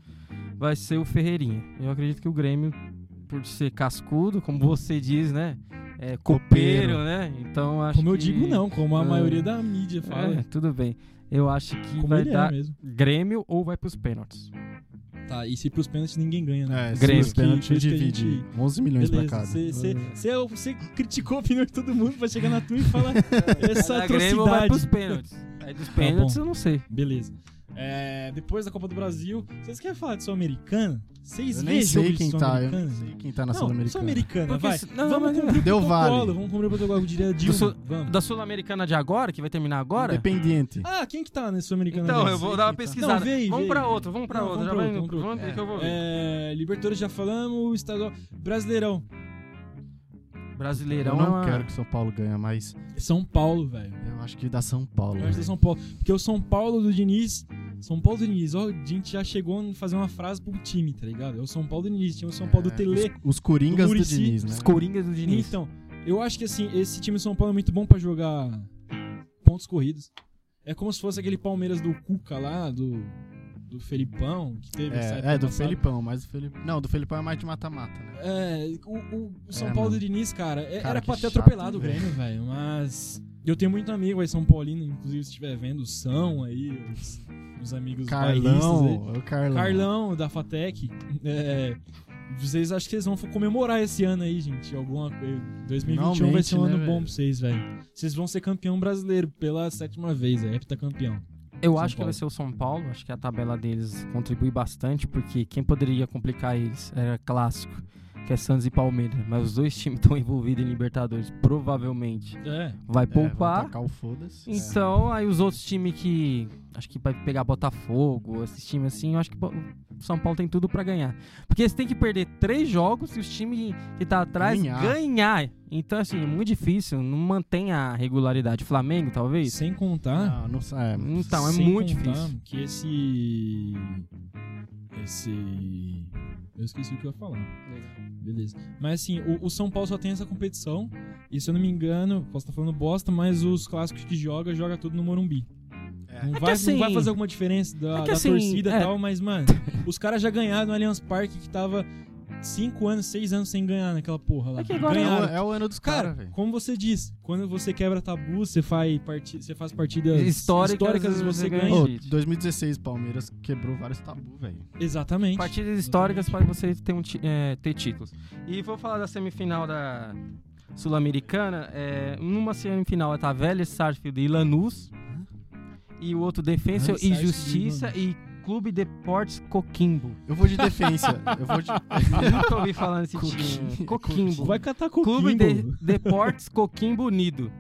[SPEAKER 8] vai ser o Ferreirinha. Eu acredito que o Grêmio, por ser cascudo, como você diz, né? É copeiro,
[SPEAKER 7] Copeiro.
[SPEAKER 8] né? Então acho
[SPEAKER 6] Como eu
[SPEAKER 8] que-
[SPEAKER 6] digo, não, como a
[SPEAKER 8] Ah.
[SPEAKER 6] maioria da mídia
[SPEAKER 8] É,
[SPEAKER 6] fala.
[SPEAKER 8] tudo bem. Eu acho que
[SPEAKER 6] Como
[SPEAKER 8] vai
[SPEAKER 6] ele
[SPEAKER 8] dar
[SPEAKER 6] é mesmo.
[SPEAKER 8] Grêmio ou vai pros pênaltis.
[SPEAKER 6] Tá, e se pros pênaltis ninguém ganha, né?
[SPEAKER 7] É,
[SPEAKER 8] Grêmio.
[SPEAKER 7] Grêmio. pênalti
[SPEAKER 6] Que- que a
[SPEAKER 7] divide
[SPEAKER 6] gente-
[SPEAKER 7] 11 milhões pra cada. Ah.
[SPEAKER 6] Você é criticou a opinião de todo mundo pra chegar na tua e falar essa
[SPEAKER 8] Vai dar É, Grêmio ou vai
[SPEAKER 6] atrocidade. Tá
[SPEAKER 8] pros pênaltis. Aí dos pênaltis
[SPEAKER 6] bom.
[SPEAKER 8] eu não sei.
[SPEAKER 6] Beleza. É, depois da Copa do Brasil, vocês querem falar de Sul-Americana? Vocês
[SPEAKER 7] Eu
[SPEAKER 6] veem
[SPEAKER 7] nem
[SPEAKER 6] jogo
[SPEAKER 7] sei
[SPEAKER 6] de
[SPEAKER 7] quem tá, eu
[SPEAKER 6] Sul-Americana?
[SPEAKER 7] não sei quem tá na
[SPEAKER 6] Não,
[SPEAKER 7] Sul-Americana.
[SPEAKER 6] Sul-Americana,
[SPEAKER 8] Porque
[SPEAKER 6] vai.
[SPEAKER 8] se- não,
[SPEAKER 6] vamos
[SPEAKER 8] mas-
[SPEAKER 6] cumprir o
[SPEAKER 7] Deu
[SPEAKER 6] protocolo,
[SPEAKER 7] vale.
[SPEAKER 6] vamos cumprir o protocolo, eu diria Dilma.
[SPEAKER 8] Sul-
[SPEAKER 6] Vamos.
[SPEAKER 8] Da Sul-Americana de agora, que vai terminar agora?
[SPEAKER 7] Independiente.
[SPEAKER 6] Ah, quem que tá nesse Sul-Americana?
[SPEAKER 8] Então,
[SPEAKER 6] mesmo?
[SPEAKER 8] eu vou dar uma
[SPEAKER 7] Não,
[SPEAKER 8] pesquisada.
[SPEAKER 6] vê aí,
[SPEAKER 8] vamos
[SPEAKER 6] vê
[SPEAKER 8] pra
[SPEAKER 6] aí.
[SPEAKER 8] outro, vamos pra
[SPEAKER 6] Não,
[SPEAKER 8] outro.
[SPEAKER 6] vamos
[SPEAKER 8] Já
[SPEAKER 6] pra
[SPEAKER 8] vai
[SPEAKER 6] outro, vamos
[SPEAKER 8] indo-
[SPEAKER 6] pra
[SPEAKER 8] vamos ver que eu vou ver.
[SPEAKER 6] É, Libertadores já falamos, estadual... Brasileirão.
[SPEAKER 8] Brasileirão
[SPEAKER 7] Eu
[SPEAKER 8] é
[SPEAKER 7] não
[SPEAKER 8] uma-
[SPEAKER 7] quero que o São Paulo ganhe, mas
[SPEAKER 6] São Paulo, velho.
[SPEAKER 7] eu acho que dá São Paulo. né?
[SPEAKER 6] Eu acho que é
[SPEAKER 7] velho.
[SPEAKER 6] São Paulo. Porque o São Paulo do Diniz. São Paulo do Diniz, ó, a gente já chegou a fazer uma frase pro time, tá ligado? É o São Paulo do Diniz, tinha o São Paulo do
[SPEAKER 7] É,
[SPEAKER 6] Tele.
[SPEAKER 7] Os, os Coringas
[SPEAKER 6] do
[SPEAKER 7] do,
[SPEAKER 6] Muricy,
[SPEAKER 7] Diniz, né?
[SPEAKER 8] Os Coringas do Diniz.
[SPEAKER 6] Então, eu acho que assim, esse time do São Paulo é muito bom pra jogar pontos corridos. É como se fosse aquele Palmeiras do Cuca lá, do, do Felipão, que teve essa época
[SPEAKER 7] É, é, do
[SPEAKER 6] passada.
[SPEAKER 7] Felipão, mas o Felipe... Não, do Felipão é mais de mata-mata, né?
[SPEAKER 6] É, o, o- o São
[SPEAKER 7] É,
[SPEAKER 6] Paulo do
[SPEAKER 7] mano.
[SPEAKER 6] Diniz, cara, é-
[SPEAKER 7] Cara,
[SPEAKER 6] era
[SPEAKER 7] que
[SPEAKER 6] pra ter
[SPEAKER 7] chato,
[SPEAKER 6] atropelado o
[SPEAKER 7] velho.
[SPEAKER 6] Grêmio, velho, mas. Eu tenho muito amigo aí, São Paulino, inclusive, se estiver vendo, o São aí, os, os amigos bairristas aí.
[SPEAKER 7] Carlão, é o Carlão.
[SPEAKER 6] Carlão da Fatec. É, vocês acham que vocês vão comemorar esse ano aí, gente? Alguma coisa. 2021 vai ser um
[SPEAKER 7] Finalmente,
[SPEAKER 6] ano
[SPEAKER 7] né,
[SPEAKER 6] bom
[SPEAKER 7] velho?
[SPEAKER 6] pra vocês, velho. Vocês vão ser campeão brasileiro pela sétima vez, é heptacampeão.
[SPEAKER 8] eu
[SPEAKER 6] São
[SPEAKER 8] acho que
[SPEAKER 6] Paulo.
[SPEAKER 8] vai ser o São Paulo. Acho que a tabela deles contribui bastante, porque quem poderia complicar eles era clássico, que é Santos e Palmeiras. Mas os dois times estão envolvidos em Libertadores. Provavelmente
[SPEAKER 6] É.
[SPEAKER 8] vai
[SPEAKER 7] É, vão
[SPEAKER 8] poupar.
[SPEAKER 7] tacar o foda-se. É.
[SPEAKER 8] Então, aí os outros times que. Acho que vai pegar Botafogo, esses times assim, eu acho que o São Paulo tem tudo pra ganhar. Porque eles têm que perder três jogos e os times que tá atrás
[SPEAKER 7] Ganhar.
[SPEAKER 8] ganhar. Então, assim, é muito difícil, não mantém a regularidade. Flamengo, talvez?
[SPEAKER 6] Sem contar.
[SPEAKER 7] Ah, não sei.
[SPEAKER 8] Então, é
[SPEAKER 6] sem
[SPEAKER 8] muito
[SPEAKER 6] contar
[SPEAKER 8] difícil.
[SPEAKER 6] Que esse. Esse. Eu esqueci o que eu ia falar. Beleza. Mas assim, o, o São Paulo só tem essa competição. E se eu não me engano, posso estar falando bosta, mas os clássicos que joga, joga tudo no Morumbi. Não,
[SPEAKER 8] que
[SPEAKER 6] vai,
[SPEAKER 8] assim-
[SPEAKER 6] não vai fazer alguma diferença da,
[SPEAKER 8] É que
[SPEAKER 6] da
[SPEAKER 8] assim,
[SPEAKER 6] torcida e
[SPEAKER 8] é.
[SPEAKER 6] tal, mas, mano, os caras já ganharam no Allianz Parque que tava 5 anos, 6 anos sem ganhar naquela porra lá.
[SPEAKER 8] É que agora-
[SPEAKER 7] É o,
[SPEAKER 6] Ganharam.
[SPEAKER 7] é o ano dos
[SPEAKER 6] Cara,
[SPEAKER 7] caras, velho.
[SPEAKER 6] como você diz, quando você quebra tabu, você faz, parti você faz partidas
[SPEAKER 8] Históricas,
[SPEAKER 6] históricas e você
[SPEAKER 8] você
[SPEAKER 6] ganha.
[SPEAKER 8] ganha.
[SPEAKER 7] Ô,
[SPEAKER 8] gente.
[SPEAKER 7] 2016, Palmeiras quebrou vários tabu, velho.
[SPEAKER 6] Exatamente.
[SPEAKER 8] Partidas históricas para você ter, um, ti- é, ter títulos. E vou falar da semifinal da Sul-Americana. É, numa semifinal tá Vélez, Sarfield e Lanús. E o outro Defensa
[SPEAKER 6] Vélez,
[SPEAKER 8] e
[SPEAKER 6] Sarsfield e
[SPEAKER 8] Justiça e Clube Deportes Coquimbo.
[SPEAKER 7] Eu vou de defensa. eu vou de...
[SPEAKER 8] Eu nunca ouvi falar nesse time.
[SPEAKER 7] Coquimbo.
[SPEAKER 8] Coquimbo.
[SPEAKER 6] Vai catar com
[SPEAKER 8] Clube
[SPEAKER 6] o
[SPEAKER 8] de, Deportes Coquimbo Unido.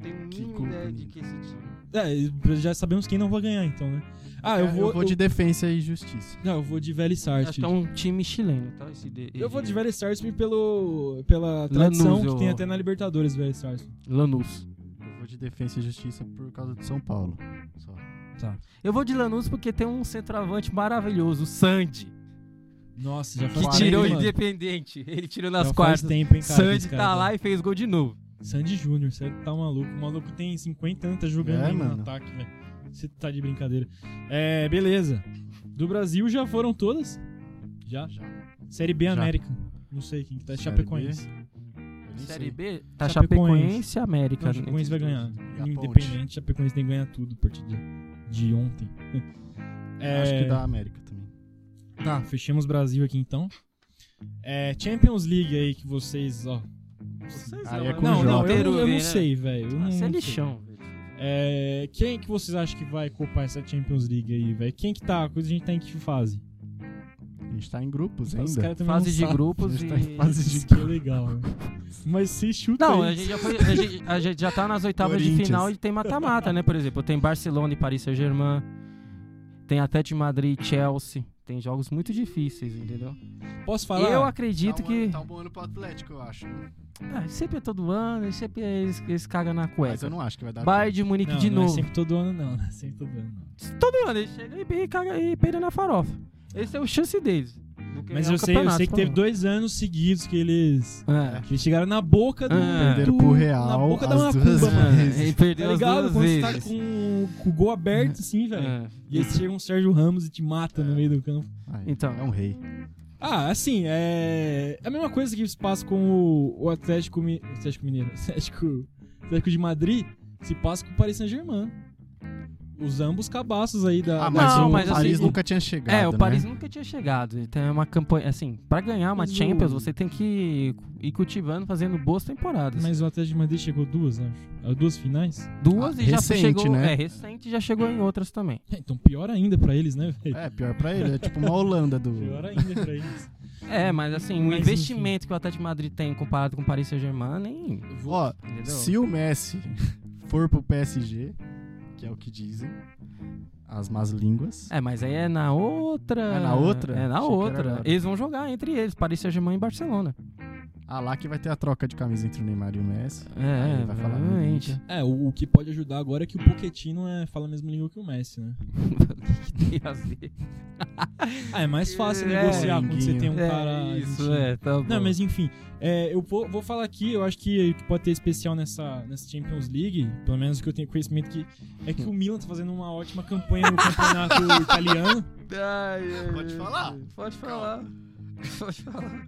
[SPEAKER 8] Tenho
[SPEAKER 7] Que
[SPEAKER 8] mínima
[SPEAKER 7] clube
[SPEAKER 8] ideia de
[SPEAKER 7] unido.
[SPEAKER 8] que esse time.
[SPEAKER 6] É, já sabemos quem não vai ganhar, então, né? Ah,
[SPEAKER 8] É,
[SPEAKER 6] eu vou.
[SPEAKER 7] de defensa e justiça.
[SPEAKER 6] Não, eu vou de Velho
[SPEAKER 8] Acho que é um time chileno, tá? Esse de-
[SPEAKER 6] Eu vou de
[SPEAKER 8] esse-
[SPEAKER 6] Velho Sarsfield pelo pela tradição
[SPEAKER 8] Lanús,
[SPEAKER 6] que tem
[SPEAKER 8] eu-
[SPEAKER 6] até na Libertadores, Velho Sarsfield.
[SPEAKER 8] Lanús.
[SPEAKER 7] Eu vou de defensa e justiça por causa do São Paulo. Só.
[SPEAKER 8] Eu vou de Lanús porque tem um centroavante maravilhoso, o Sandy.
[SPEAKER 6] Nossa, já
[SPEAKER 8] Que
[SPEAKER 6] faz
[SPEAKER 8] tirou o
[SPEAKER 6] tempo, mano.
[SPEAKER 8] Independente. Ele tirou
[SPEAKER 6] Já
[SPEAKER 8] nas
[SPEAKER 6] faz
[SPEAKER 8] quartas.
[SPEAKER 6] tempo, hein, cara, que esse
[SPEAKER 8] Sandy
[SPEAKER 6] cara né?
[SPEAKER 8] tá lá e fez gol de novo.
[SPEAKER 6] Sandy Júnior, você tá maluco. O maluco tem 50 anos, tá jogando
[SPEAKER 7] É,
[SPEAKER 6] ainda no
[SPEAKER 7] mano.
[SPEAKER 6] ataque, velho. Você tá de brincadeira. É, beleza. Do Brasil já foram todas? Já?
[SPEAKER 7] Já.
[SPEAKER 6] Série B
[SPEAKER 7] Já.
[SPEAKER 6] América. Não sei quem que tá.
[SPEAKER 7] Série
[SPEAKER 6] Chapecoense.
[SPEAKER 7] Eu nem
[SPEAKER 8] Série
[SPEAKER 7] sei.
[SPEAKER 8] B, tá
[SPEAKER 6] Chapecoense.
[SPEAKER 8] Chapecoense e América.
[SPEAKER 6] Não, Chapecoense vai ganhar.
[SPEAKER 7] E a
[SPEAKER 6] Independente, Chapecoense tem que ganhar tudo a partir de, de ontem. É,
[SPEAKER 7] Acho que da América também.
[SPEAKER 6] Tá, fechamos Brasil aqui então. É, Champions League aí que vocês, ó.
[SPEAKER 8] Vocês
[SPEAKER 7] Aí é
[SPEAKER 8] né?
[SPEAKER 7] com
[SPEAKER 6] Não,
[SPEAKER 7] o
[SPEAKER 6] não, eu,
[SPEAKER 7] Inteiro
[SPEAKER 6] não- eu não sei, velho. eu
[SPEAKER 8] Ah,
[SPEAKER 6] não-
[SPEAKER 8] Você é
[SPEAKER 6] não sei.
[SPEAKER 8] lixão. velho.
[SPEAKER 6] É, quem que vocês acham que vai copar essa Champions League aí, velho? Quem que tá? A coisa a gente tá em que fase?
[SPEAKER 7] A gente tá em grupos
[SPEAKER 6] Os
[SPEAKER 7] ainda.
[SPEAKER 6] caras também
[SPEAKER 8] Fase
[SPEAKER 6] não
[SPEAKER 8] de
[SPEAKER 6] sabem.
[SPEAKER 8] grupos
[SPEAKER 7] A
[SPEAKER 8] e...
[SPEAKER 7] gente tá em fase de
[SPEAKER 6] Isso que é legal, né? Mas se chuta
[SPEAKER 8] Não,
[SPEAKER 6] aí.
[SPEAKER 8] a gente, já foi- a gente- a gente já tá nas oitavas de
[SPEAKER 7] Corinthians.
[SPEAKER 8] final e tem mata-mata, né? Por exemplo, tem Barcelona e Paris Saint-Germain, tem Atlético de Madrid e Chelsea. Tem jogos muito difíceis, entendeu?
[SPEAKER 6] Posso falar?
[SPEAKER 8] Eu acredito
[SPEAKER 7] tá um
[SPEAKER 8] que.
[SPEAKER 7] Ano, tá um bom ano pro Atlético, eu acho.
[SPEAKER 8] Ah, sempre é todo ano, sempre é eles, eles cagam na
[SPEAKER 7] Mas eu
[SPEAKER 8] cueca.
[SPEAKER 7] não acho que vai dar.
[SPEAKER 8] Bayern de Munique
[SPEAKER 6] não,
[SPEAKER 8] de
[SPEAKER 6] não é
[SPEAKER 8] novo.
[SPEAKER 6] sempre todo ano, não. Não é sempre todo ano, não.
[SPEAKER 8] Todo ano eles chegam e, e, caga, e peidam na farofa. Esse é o chance deles. Não quer
[SPEAKER 6] Mas
[SPEAKER 8] ganhar
[SPEAKER 6] eu
[SPEAKER 8] o
[SPEAKER 6] sei, eu
[SPEAKER 8] é um campeonato,
[SPEAKER 6] sei que
[SPEAKER 8] por
[SPEAKER 6] teve
[SPEAKER 8] favor.
[SPEAKER 6] dois anos seguidos que eles,
[SPEAKER 8] É.
[SPEAKER 6] que eles chegaram na boca do.
[SPEAKER 8] Ah.
[SPEAKER 6] do-
[SPEAKER 7] Perderam pro Real
[SPEAKER 6] Na boca da
[SPEAKER 7] as duas
[SPEAKER 6] macumba, mano.
[SPEAKER 7] vezes.
[SPEAKER 8] É, ele perdeu
[SPEAKER 6] Tá
[SPEAKER 8] as
[SPEAKER 6] ligado? Quando
[SPEAKER 8] duas
[SPEAKER 6] você tá
[SPEAKER 8] vezes.
[SPEAKER 6] com, com o gol aberto, assim, velho.
[SPEAKER 8] É.
[SPEAKER 6] E aí chega um Sérgio Ramos e te mata no meio do campo.
[SPEAKER 7] Ai,
[SPEAKER 8] Então.
[SPEAKER 7] É um rei.
[SPEAKER 6] Ah, assim, é. É a mesma coisa que se passa com o, o Atlético, Mi... Atlético Mineiro. Atlético... Atlético de Madrid se passa com o Paris Saint-Germain. Os ambos cabaços aí da.
[SPEAKER 7] Ah,
[SPEAKER 6] da-
[SPEAKER 7] mas
[SPEAKER 8] Não,
[SPEAKER 7] o
[SPEAKER 8] mas assim,
[SPEAKER 7] Paris
[SPEAKER 8] o-
[SPEAKER 7] nunca tinha chegado.
[SPEAKER 8] É, o Paris
[SPEAKER 7] né?
[SPEAKER 8] nunca tinha chegado. Então é uma campanha. Assim, pra ganhar uma
[SPEAKER 6] Mas o-
[SPEAKER 8] Champions, você tem que ir cultivando, fazendo boas temporadas.
[SPEAKER 6] Mas o Atlético de Madrid chegou duas, acho. Ah, Duas finais?
[SPEAKER 8] Duas
[SPEAKER 7] Ah,
[SPEAKER 8] e já
[SPEAKER 7] recente,
[SPEAKER 8] chegou.
[SPEAKER 7] né?
[SPEAKER 8] É, recente já chegou em outras também.
[SPEAKER 6] É, então pior ainda pra eles, né, velho?
[SPEAKER 7] É, pior pra ele. É tipo uma Holanda do.
[SPEAKER 6] Pior ainda pra eles.
[SPEAKER 8] É, mas assim, o
[SPEAKER 6] Mas,
[SPEAKER 8] investimento que o Atlético de Madrid tem comparado com o Paris Saint-Germain, nem.
[SPEAKER 7] Ó,
[SPEAKER 8] Entendeu?
[SPEAKER 7] se o Messi for pro PSG, que é o que dizem as más línguas.
[SPEAKER 8] É, mas aí é na outra.
[SPEAKER 7] É na outra?
[SPEAKER 8] É na
[SPEAKER 7] Achei que era
[SPEAKER 8] outra.
[SPEAKER 7] agora.
[SPEAKER 8] Eles vão jogar entre eles, Paris Saint-Germain e Barcelona.
[SPEAKER 7] Ah, lá que vai ter a troca de camisa entre o Neymar e o Messi.
[SPEAKER 8] É,
[SPEAKER 7] Aí Ah, vai falar
[SPEAKER 8] provavelmente.
[SPEAKER 6] É, o, o que pode ajudar agora é que o Pochettino é, fala a mesma língua que o Messi, né?
[SPEAKER 8] O que que tem a ver?
[SPEAKER 6] Ah, é mais fácil
[SPEAKER 8] É,
[SPEAKER 6] negociar quando você tem um
[SPEAKER 8] é,
[SPEAKER 6] cara.
[SPEAKER 8] Isso,
[SPEAKER 6] argentino.
[SPEAKER 8] é, tá bom.
[SPEAKER 6] Não, mas enfim, é, eu vou, vou falar aqui, eu acho que pode ter especial nessa, nessa Champions League, pelo menos o que eu tenho conhecimento que é que o Milan tá fazendo uma ótima campanha no campeonato italiano.
[SPEAKER 7] Pode falar?
[SPEAKER 8] Pode falar. Pode falar.